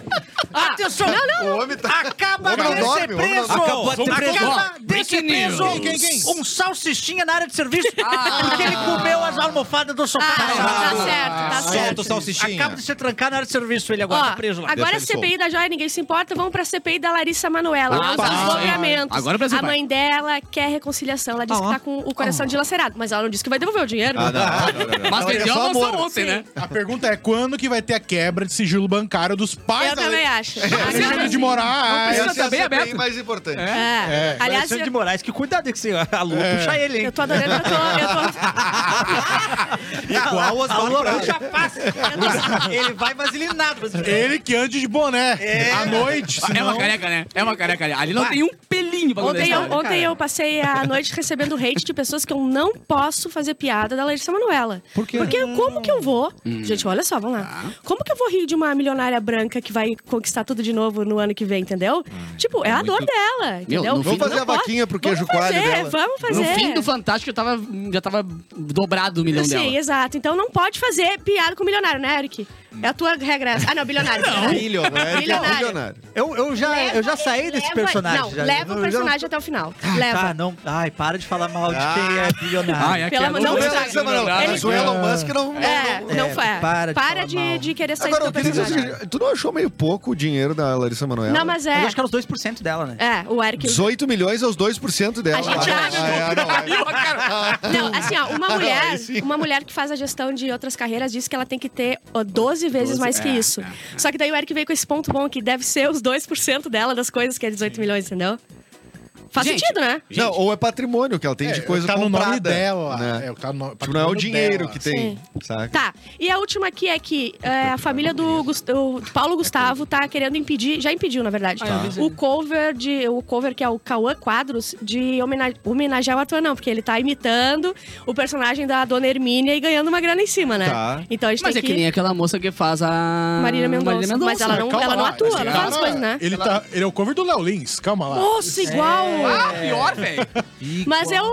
S7: Ah,
S3: Atenção!
S5: O homem tá...
S3: Acaba
S5: O homem
S3: de
S5: não
S3: ser
S5: dorme, o homem não
S3: preso!
S6: dorme. Acabou de ser preso.
S3: Acaba de ser preso!
S6: Quem, quem, quem?
S3: Um salsichinha na área de serviço porque ele comeu as almofadas do sofá.
S7: Ah, tá
S1: errado.
S7: certo, tá certo.
S1: Solta o salsichinha.
S3: Acaba de ser trancado na área de serviço, ele agora tá
S7: Ó,
S3: preso lá.
S7: agora a
S1: Deixa ele
S7: CPI da Joia, ninguém se importa, vamos pra CPI da Larissa Manoela, né? os
S4: Opa!
S7: desdobramentos.
S4: Agora o Brasil
S7: a
S4: vai.
S7: mãe dela quer reconciliação, ela disse que tá com o coração dilacerado, mas ela não disse que vai devolver o dinheiro.
S5: Ah, não, não, não, não.
S4: Mas
S5: Não, ele é
S4: vendeu
S5: só
S4: a maçã
S5: amor.
S4: ontem, né?
S6: A pergunta é quando que vai ter a quebra de sigilo bancário dos pais
S7: Eu
S6: da-
S7: também
S5: É,
S7: acho.
S6: Alexandre de Ah, Moraes.
S4: Ah, precisa-
S5: Essa é a
S4: tá bem
S5: CPI
S4: aberto.
S5: mais importante.
S7: É.
S6: É,
S7: Aliás,
S3: Alexandre de
S7: eu,
S3: Moraes, que cuidado que você alô, puxa ele,
S5: é,
S3: hein?
S7: eu tô adorando, eu tô,
S1: Igual o Oswaldo
S3: Alô,
S1: Prado.
S3: puxa fácil. Ele vai assim. vaselinado.
S6: Ele que ande de boné à noite.
S4: É
S6: senão-
S4: uma careca, né? É uma careca ali. Ali não tem um pelinho pra
S7: eu tô... Ontem, eu,
S4: contestar.
S7: ontem eu passei a noite recebendo hate de pessoas que eu não posso fazer piada da Larissa Manoela. Por quê? Porque como que eu vou...
S4: Hum.
S7: Gente, olha só, vamos
S4: Tá.
S7: lá. Como que eu vou rir de uma milionária branca que vai conquistar tudo de novo no ano que vem, entendeu?
S4: Ah,
S7: tipo, é, a dor dela, entendeu?
S4: no fim- Vamos
S5: fazer
S7: Não
S5: a
S7: pode.
S5: vaquinha pro queijo
S7: vamos
S5: coalho
S7: fazer,
S5: dela.
S7: Vamos fazer.
S4: No fim do Fantástico, eu tava, já tava dobrado o milhão
S7: Sim,
S4: dela.
S7: exato. Então não pode fazer piada com milionário, né, Eric? É a tua regra. essa. Ah, não, bilionário.
S5: Bilionário.
S7: Bilionário.
S5: Bilionário.
S3: Eu, eu já, eu já
S7: Leva-
S3: saí desse
S7: leva-
S3: personagem.
S7: Não,
S3: já.
S7: leva
S3: Eu
S7: o
S3: já-
S7: personagem até o final.
S3: Tá,
S7: Leva.
S3: não. Ai, para de falar mal de quem é bilionário.
S4: Ai, aqui
S7: Pelo
S4: é
S7: amor-
S4: do-
S7: não
S5: Não,
S4: do-
S7: estraga.
S5: essa, mano,
S4: Não,
S5: mas o Elon Musk não... não-
S7: É, não
S3: É,
S7: foi.
S3: para de falar mal.
S7: de, de querer sair
S5: Agora, eu
S7: do teu
S5: queria dizer é o
S7: personagem.
S5: seguinte, tu não achou meio pouco o dinheiro da Larissa Manoela?
S7: Não, mas
S3: Mas
S7: é.
S3: eu acho que era os 2% dela, né?
S7: É, o Eric.
S5: 18 milhões é aos 2% dela.
S7: A gente
S5: Ah,
S7: acha.
S5: é, é, não, é.
S7: Não, assim, ó, uma
S5: Não,
S7: mulher,
S5: aí sim.
S7: uma mulher que faz a gestão de outras carreiras diz que ela tem que ter ó, 12 vezes mais
S3: é,
S7: que isso. Só que daí o Eric veio com esse ponto bom que deve ser os 2% dela das coisas que é 18 milhões, entendeu? Faz
S4: Gente,
S7: sentido, né?
S5: Não, ou é patrimônio que ela tem de coisa
S6: tá no
S5: comprada.
S6: nome dela.
S5: né?
S6: É, tá no nome-
S5: Tipo, não é o
S6: patrimônio
S5: dinheiro
S6: dela.
S5: que tem, saca?
S7: Tá. E a última aqui é que é, a família do, Gus- do Paulo Gustavo tá querendo impedir, já impediu, na verdade, o cover de. O cover que é o Cauã Quadros de homena- homenagear o ator, não, porque ele tá imitando o personagem da dona Hermínia e ganhando uma grana em cima, né?
S5: Tá.
S7: Então a gente
S4: Mas é
S7: tem
S4: que nem aquela moça que faz a.
S7: Marina Mendonça.
S4: Marina
S7: Mas ela não, é
S6: Calma
S7: ela não
S6: lá,
S7: atua,
S6: esse
S7: ela
S6: cara-
S7: faz as coisas, né?
S6: Ele, tá, ele é o cover do Léo Lins, calma lá.
S7: Nossa, igual!
S4: Ah, pior, velho.
S7: Mas eu.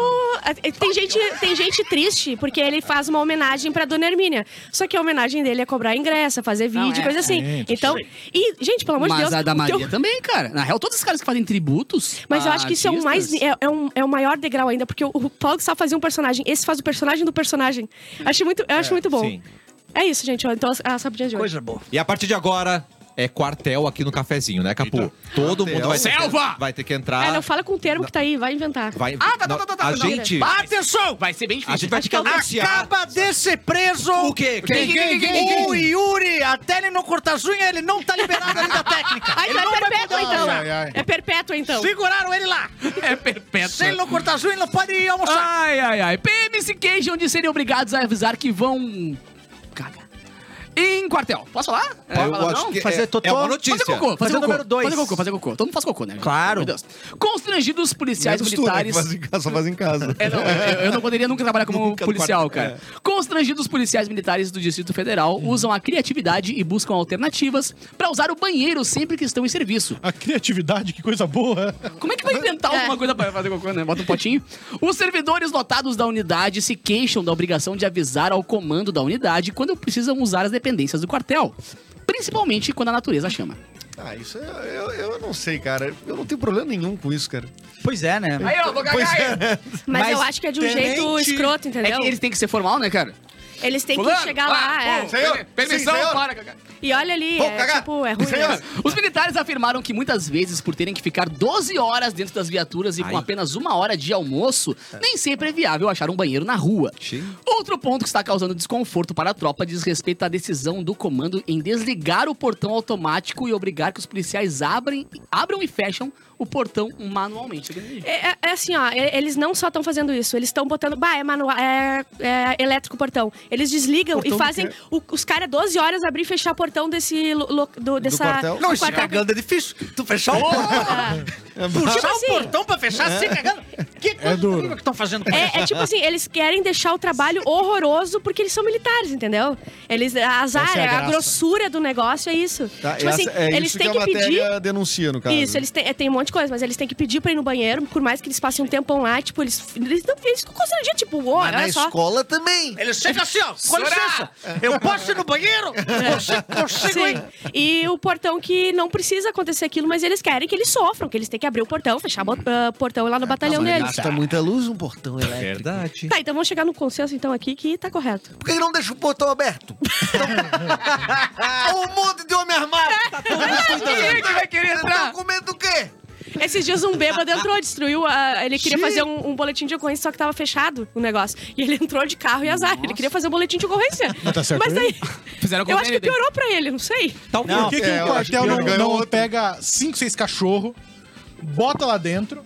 S7: Tem gente, tem gente triste, porque ele faz uma homenagem pra Dona Hermínia. Só que a homenagem dele é cobrar ingresso, é fazer
S4: Não,
S7: vídeo,
S4: é.
S7: coisa assim. Então. E, gente, pelo amor de
S4: Mas
S7: Deus.
S4: a da
S7: o
S4: Maria
S7: teu-
S4: também, cara. Na real, todos os caras que fazem tributos.
S7: Então- Mas eu
S4: a
S7: acho que isso é o mais.
S4: artistas-
S7: É, é um, é o maior degrau ainda, porque o, o Paulo Gustavo fazia um personagem. Esse faz o personagem do personagem. Acho muito, eu acho muito bom.
S1: sim.
S7: É isso, gente. ó, Então, as rapidinhas de hoje.
S3: Coisa boa.
S1: E a partir de agora é quartel aqui no cafezinho, né, Capu? Todo mundo vai ter,
S4: Selva!
S1: Que, vai ter que entrar.
S7: É, não fala com o termo que tá aí, vai inventar.
S1: Ah, vai,
S4: Ah, tá, tá, tá, tá, tá.
S1: A
S4: não.
S1: gente,
S4: Atenção! Vai ser bem
S1: a gente
S4: difícil. é
S1: vai ter que anunciar.
S3: Acaba de ser preso
S1: é O quê? Quem,
S6: quem, quem,
S3: o Yuri. Até ele não cortar as unhas, ele não tá liberado ali da técnica.
S7: Ah,
S3: ele
S7: então
S3: não
S7: é
S3: vai
S7: perpétuo,
S3: poder
S7: então.
S3: almoçar.
S6: Ai, ai.
S7: É perpétuo, então.
S3: Seguraram ele lá.
S4: É perpétuo.
S3: Se ele não cortar as unhas, ele não pode ir almoçar.
S4: Ai, ai, ai. PMC Cage, onde seriam obrigados a avisar que vão. Caga. Em quartel. Posso falar? É,
S5: Eu
S4: falar
S5: acho
S4: não?
S5: que é-
S3: Fazer
S1: É
S3: totó.
S1: uma
S4: Fazer
S1: notícia.
S4: cocô, fazer,
S3: Fazer o
S4: cocô.
S3: número dois.
S4: Fazer cocô, fazer cocô. Todo mundo faz cocô, né? gente?
S3: Claro.
S4: Meu Deus. Constrangidos
S7: Tá,
S4: policiais
S5: Menos tu, né, que
S4: militares.
S5: faz em casa, só faz em casa.
S4: É, não, eu, eu não poderia nunca trabalhar como policial, cara. Constrangidos policiais militares do Distrito Federal usam a criatividade e buscam alternativas pra usar o banheiro sempre que estão em serviço.
S6: A criatividade, que coisa boa.
S4: Como é que vai inventar alguma coisa pra fazer cocô, né? Bota um potinho. Os servidores lotados da unidade se queixam da obrigação de avisar ao comando da unidade quando precisam usar as dependências do quartel. Principalmente quando a natureza chama.
S5: Ah, isso é, eu, eu não sei, cara. Eu não tenho problema nenhum com isso, cara.
S3: Pois é, né?
S4: Aí, ó, vou cagar.
S7: Mas,
S3: Mas
S7: eu acho que é de um
S6: tenente-
S7: jeito escroto,
S4: É
S7: entendeu?
S4: que eles têm que ser formal, né, cara?
S7: Eles têm
S4: Fulano,
S7: que chegar
S4: ah,
S7: lá. é.
S4: pô, senhor, permissão
S5: Sim, senhor.
S4: para cagar.
S7: E olha ali,
S5: Vou
S7: é,
S5: cagar.
S7: tipo, é ruim. né?
S4: Os militares afirmaram que muitas vezes, por terem que ficar 12 horas dentro das viaturas e com apenas uma hora de almoço, nem sempre é viável achar um banheiro na rua. Outro ponto que está causando desconforto para a tropa diz respeito à decisão do comando em desligar o portão automático e obrigar que os policiais abrem, abram e fecham o portão manualmente.
S7: É, é- é assim, ó, e- eles não só estão fazendo isso, eles estão botando. Bah, é manual, é, é elétrico o portão. Eles desligam e fazem o- os caras 12 horas abrir e fechar o portão desse. lo- lo- do, dessa,
S5: quartel?
S7: do
S3: Não, se
S7: quartel.
S3: cagando é difícil. Tu fechar o portão.
S7: Ah,
S3: Puxar
S7: assim.
S3: o portão pra fechar, se cagando. Que coisa
S6: É
S3: O que
S6: duro.
S3: estão fazendo com
S7: É, é tipo assim, eles querem deixar o trabalho horroroso porque eles são militares, entendeu? Eles, azar,
S6: Essa é a
S7: a,
S6: graça.
S7: grossura do negócio é isso.
S5: Tá,
S7: tipo assim,
S5: essa- é
S7: eles
S5: isso
S7: têm
S5: que
S7: que,
S5: a
S7: pedir.
S5: matéria denuncia, no caso.
S7: Isso, eles têm, é, tem um monte de coisa, mas eles têm que pedir pra ir no banheiro, por mais que eles passem um tempão lá, tipo, eles, eles, não, eles ficam constrangidos, tipo, ô,
S5: Mas na
S7: olha só.
S5: escola também.
S3: Ele chega assim, ó, com licença, eu posso ir no banheiro? Você consigo,
S7: Sim.
S3: hein?
S7: E o portão que não precisa acontecer aquilo, mas eles querem que eles sofram, que eles têm que abrir o portão, fechar o ah, portão lá no batalhão deles.
S3: É
S4: tá.
S5: Gasta muita luz um portão elétrico.
S1: Verdade.
S7: Tá, então vamos chegar no consenso então aqui que tá correto.
S5: Por que não deixa o portão aberto? Então, um monte de homem armado.
S7: Quem é que vai querer entrar?
S5: com medo do quê?
S7: Esses dias um bêbado entrou, destruiu. a- ele queria fazer um, um boletim de ocorrência, só que tava fechado o negócio. E ele entrou de carro e azar. Ele queria fazer um boletim de ocorrência. Mas,
S6: tá certo
S7: daí.
S4: Fizeram
S7: Eu acho que
S4: convênio,
S7: piorou pra ele, não sei.
S1: Tal
S6: Por que, que
S5: é,
S6: o
S5: eu acho
S6: quartel
S5: que
S6: não,
S5: ele ganhou
S6: não
S5: outro.
S6: pega 5, 6 cachorros, bota lá dentro,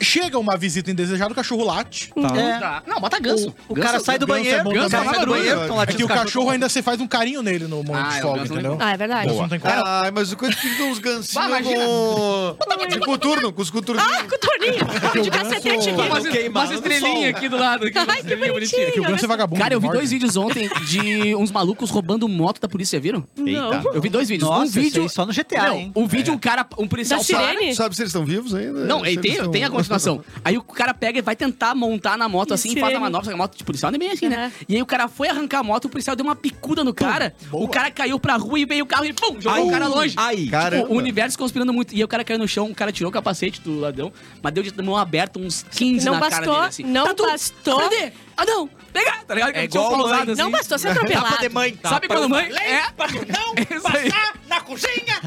S6: chega uma visita indesejada, o cachorro late.
S4: Tá.
S3: É.
S8: Não, mata ganso.
S3: O cara sai do banheiro,
S6: ganso é
S3: o cara
S6: bom também.
S3: sai do banheiro, tão
S6: É
S3: latindo
S6: que o
S3: os cachorros.
S6: cachorro ainda você faz um carinho nele no momento
S4: Ah,
S6: de
S4: é, o
S6: folga,
S4: ganso
S6: entendeu?
S7: Ah, é verdade.
S6: Isso não tem como.
S5: Ai, mas o quanto que ficam uns
S4: Bah,
S5: gancinhos
S4: imagina.
S5: com... De coturno, com os coturninhos.
S7: Ah, com o
S6: É
S7: Toninho! De cacetete
S4: Tem
S7: aqui.
S4: umas, umas
S3: né?
S4: estrelinhas aqui do lado. Aqui,
S7: Ai, que bonitinho.
S6: Porque o ganso é vagabundo.
S4: Cara, eu vi
S6: morde.
S4: dois vídeos ontem de uns malucos roubando moto da polícia, viram?
S7: Não.
S4: Eu vi dois vídeos. um
S3: Nossa,
S4: vídeo.
S3: isso aí só no GTA,
S4: Não,
S3: hein? É.
S4: um vídeo, um cara, um policial.
S7: Da
S4: para-
S7: sirene?
S5: Sabe se eles estão vivos ainda?
S4: Não, aí
S5: Se
S4: tem,
S5: eles
S4: tem a
S5: estão-
S4: continuação. Aí o cara pega e vai tentar montar na moto assim, faz a
S7: Sirene.
S4: manobra, só que a moto de policial não é bem assim, né?
S7: Uhum.
S4: E aí o cara foi arrancar a moto, o policial deu uma picuda no cara, o cara caiu pra rua e veio o carro e pum, jogou o cara longe.
S1: Aí.
S4: Tipo,
S5: Caramba.
S4: o universo conspirando muito. E aí o cara caiu no chão, o cara tirou o capacete do ladrão, mas deu de mão aberta uns 15
S7: Não
S4: na
S7: bastou,
S4: cara dele, assim.
S7: não
S4: tá tu,
S7: bastou.
S4: Cadê? Ah, não. Pega. Tá ligado?
S1: É
S4: Tinha uns
S1: igual
S4: pausados,
S1: mãe.
S4: assim.
S7: Não bastou ser atropelado.
S1: Tapa de mãe.
S4: Sabe
S1: Tapa
S4: quando mãe...
S3: Tá Lei
S4: É.
S3: pra não
S4: Isso aí.
S3: passar na cozinha,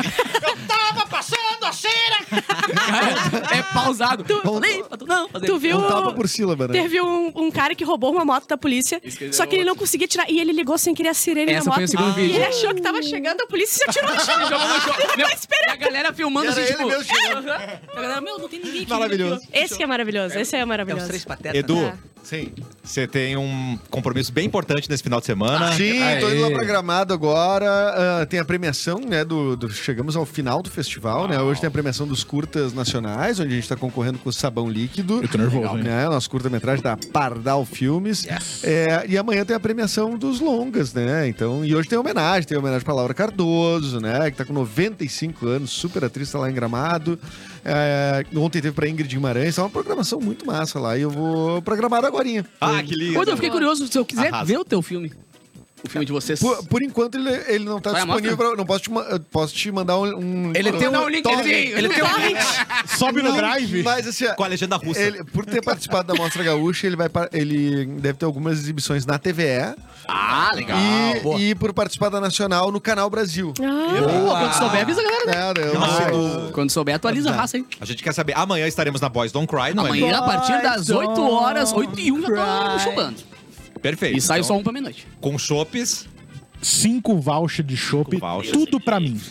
S3: eu tava passando a cera.
S4: Cara, é pausado.
S7: Tu-
S4: Lei pra tu não. fazer.
S7: Tu viu?
S5: Um tapa por sílaba, né?
S7: Teve um, um cara que roubou uma moto da polícia, só que ele não conseguia tirar. E ele ligou sem querer a sirene
S4: Essa
S7: da moto.
S4: foi o segundo
S7: e
S4: vídeo.
S7: ele achou que tava chegando a polícia e já tirou no chão.
S4: Jogou no chão.
S7: Ele
S4: Meu,
S7: tá esperando.
S4: e a galera filmando
S5: Era
S4: assim,
S5: ele
S4: tipo...
S5: mesmo chegando.
S4: "Ah, A galera, meu, não tem ninguém aqui.
S1: Maravilhoso.
S7: Esse que é maravilhoso, esse é
S4: É os
S7: maravilhoso.
S4: três patetas.
S1: Edu,
S3: né?
S7: É.
S5: Sim.
S1: você tem um compromisso bem importante nesse final de semana.
S4: Ah,
S5: Sim, tô
S6: Aê.
S5: indo lá pra Gramado agora. ah, tem a premiação, né? Do, do- chegamos ao final do festival, né? Hoje tem a premiação dos curtas nacionais, onde a gente tá concorrendo com o sabão líquido.
S6: Eu tô nervoso, hein?
S5: né? Nosso curta-metragem da Pardal Filmes. É, e amanhã tem a premiação dos longas, né? Então, e hoje tem homenagem, tem homenagem pra Laura Cardoso, né? Que tá com 95 anos, super atriz, tá lá em Gramado. É, ontem teve pra Ingrid Guimarães, tá uma programação muito massa lá. E eu vou pra Gramado agorinha.
S1: Ah, que lindo.
S4: Ô, Edu, eu fiquei curioso. Se eu quiser
S1: Arrasa.
S4: ver o teu filme. O filme de vocês.
S5: Por, por enquanto ele, ele não tá
S4: Vai,
S5: disponível pra, Não posso te, ma- eu posso te mandar um.
S4: um
S5: um-
S4: link. Ele tem, ele tem um link.
S6: Sobe no drive.
S5: Mas assim, ó,
S1: Com é a legenda russa.
S5: ele, por ter participado da Mostra Gaúcha, ele, vai, par- ele deve ter algumas exibições na TVE
S4: Ah, legal.
S5: e, e por participar da Nacional no Canal Brasil.
S7: Ah,
S4: Boa, quando souber, avisa a galera. né?
S5: É, eu não
S1: Ah,
S5: sei.
S1: Edu.
S4: Quando souber, atualiza a raça, hein?
S1: A gente quer saber. Amanhã estaremos na Boys Don't Cry, não
S4: Amanhã, a partir das 8 horas, 8 e 1, já tô chupando.
S1: é? Perfeito.
S4: E sai
S1: Então,
S4: só um pra meia-noite.
S1: Com chopes.
S6: Cinco vouchers de chopp,
S1: Cinco vouchers.
S6: tudo pra mim.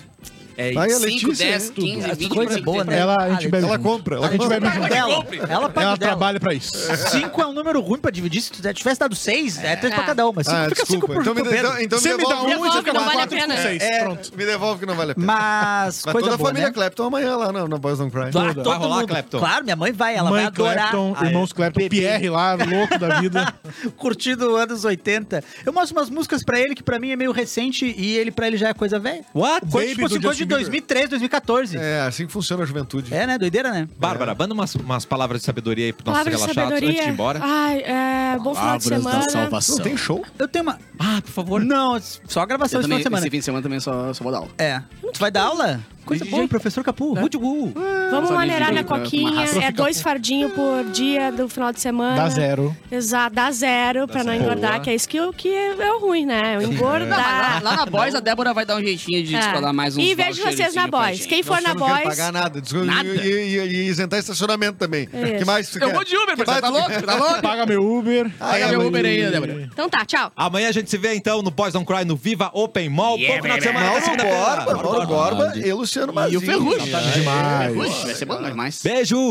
S1: É
S5: Aí a
S4: 5,
S5: Letícia,
S4: 10,
S5: né?
S4: 15, 20, 25.
S3: coisa boa, né?
S6: Ela, a gente bebe
S5: ela
S6: junto.
S5: compra. Ela
S6: A gente
S5: compra.
S6: bebe junto.
S3: Dela. Ela paga
S6: Ela
S3: dela.
S6: trabalha pra isso.
S3: Cinco é um número ruim pra dividir. Se tu tivesse dado seis, é três pra cada um. Mas cinco
S5: Ah,
S3: fica cinco
S5: desculpa.
S3: pro,
S5: Então me,
S3: pro Pedro.
S5: então, então me
S6: Você me dá
S5: devolve.
S6: um, você fica
S7: não
S6: com
S7: vale a
S6: quatro, fica com
S7: pena.
S6: seis.
S3: É.
S6: Pronto.
S5: Me devolve que não vale a pena.
S3: Mas
S5: Mas
S3: coisa
S5: toda
S3: boa,
S5: a família
S3: né?
S5: Clapton amanhã lá no, no Boys Don't Cry.
S3: Ah, todo
S1: Vai rolar,
S3: mundo.
S1: Clapton?
S3: Claro, minha mãe vai, ela vai
S6: Mãe
S3: adorar.
S6: Clapton,
S3: Ah,
S6: irmãos
S3: é.
S6: Clapton,
S3: Bebê.
S6: Pierre lá, louco da vida.
S3: curtindo anos 80. Eu mostro umas músicas pra ele que pra mim é meio recente e ele pra ele já é coisa velha.
S1: What?
S3: Coisa,
S6: Baby
S3: tipo, assim,
S6: do
S3: coisa de
S6: Justin Bieber.
S3: 2003, 2014. É.
S5: É, assim que funciona a juventude.
S3: né? Doideira, né?
S1: Bárbara, manda umas, umas palavras de sabedoria aí pro nosso
S7: palavra de
S1: relaxado antes
S7: sabedoria.
S1: de ir embora.
S7: Ai, é, bom final de semana.
S5: Não tem show?
S3: Eu tenho uma.
S4: Ah, por favor.
S3: Não, só a gravação
S4: Eu
S3: esse final
S4: também,
S3: de semana.
S4: esse fim de semana também só, só vou dar aula.
S3: É. Tu vai dar aula? Coisa
S4: Ih,
S3: boa, É. professor Capu. Rude Wu.
S7: Vamos
S4: Só
S7: maneirar
S4: me
S7: na
S4: diga aí, uma
S7: coquinha.
S4: raça
S7: É dois fardinhos por dia do final de semana.
S6: Dá zero.
S7: Exato, dá zero pra não
S1: zero.
S7: engordar,
S1: Boa.
S7: que é isso que, eu- que é, é o ruim, né? Eu
S4: Lá,
S7: engordar.
S4: lá na Boys, a Débora vai dar um jeitinho de escolar mais um.
S7: Tá. e vejo vocês na Boys. Quem for
S5: Nossa,
S7: na
S5: eu não quero
S7: Boys.
S5: pagar nada. Desculpa,
S4: Nada.
S5: E, e- e- e isentar estacionamento também.
S7: Isso.
S5: Que mais tu
S4: Eu
S5: quer? Ah, é,
S4: vou de Uber,
S5: Que
S4: você
S5: mais
S4: tá
S5: tu quer?
S4: louco? Tá louco?
S6: Paga meu Uber.
S4: Paga meu Uber aí, Débora.
S7: Então tá, tall.
S1: Amanhã a gente se vê então no Boys Don't Cry no Viva Open Mall. Bom final de semana. até
S5: Mauro
S1: segunda-feira.
S5: Borba, Ah, Mauro Borba e Luciano
S4: E o
S5: Mazzini.
S4: Ferrugem. É.
S6: Demais.
S4: Ferrugem, vai ser bom demais.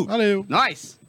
S6: Valeu.
S4: Nós.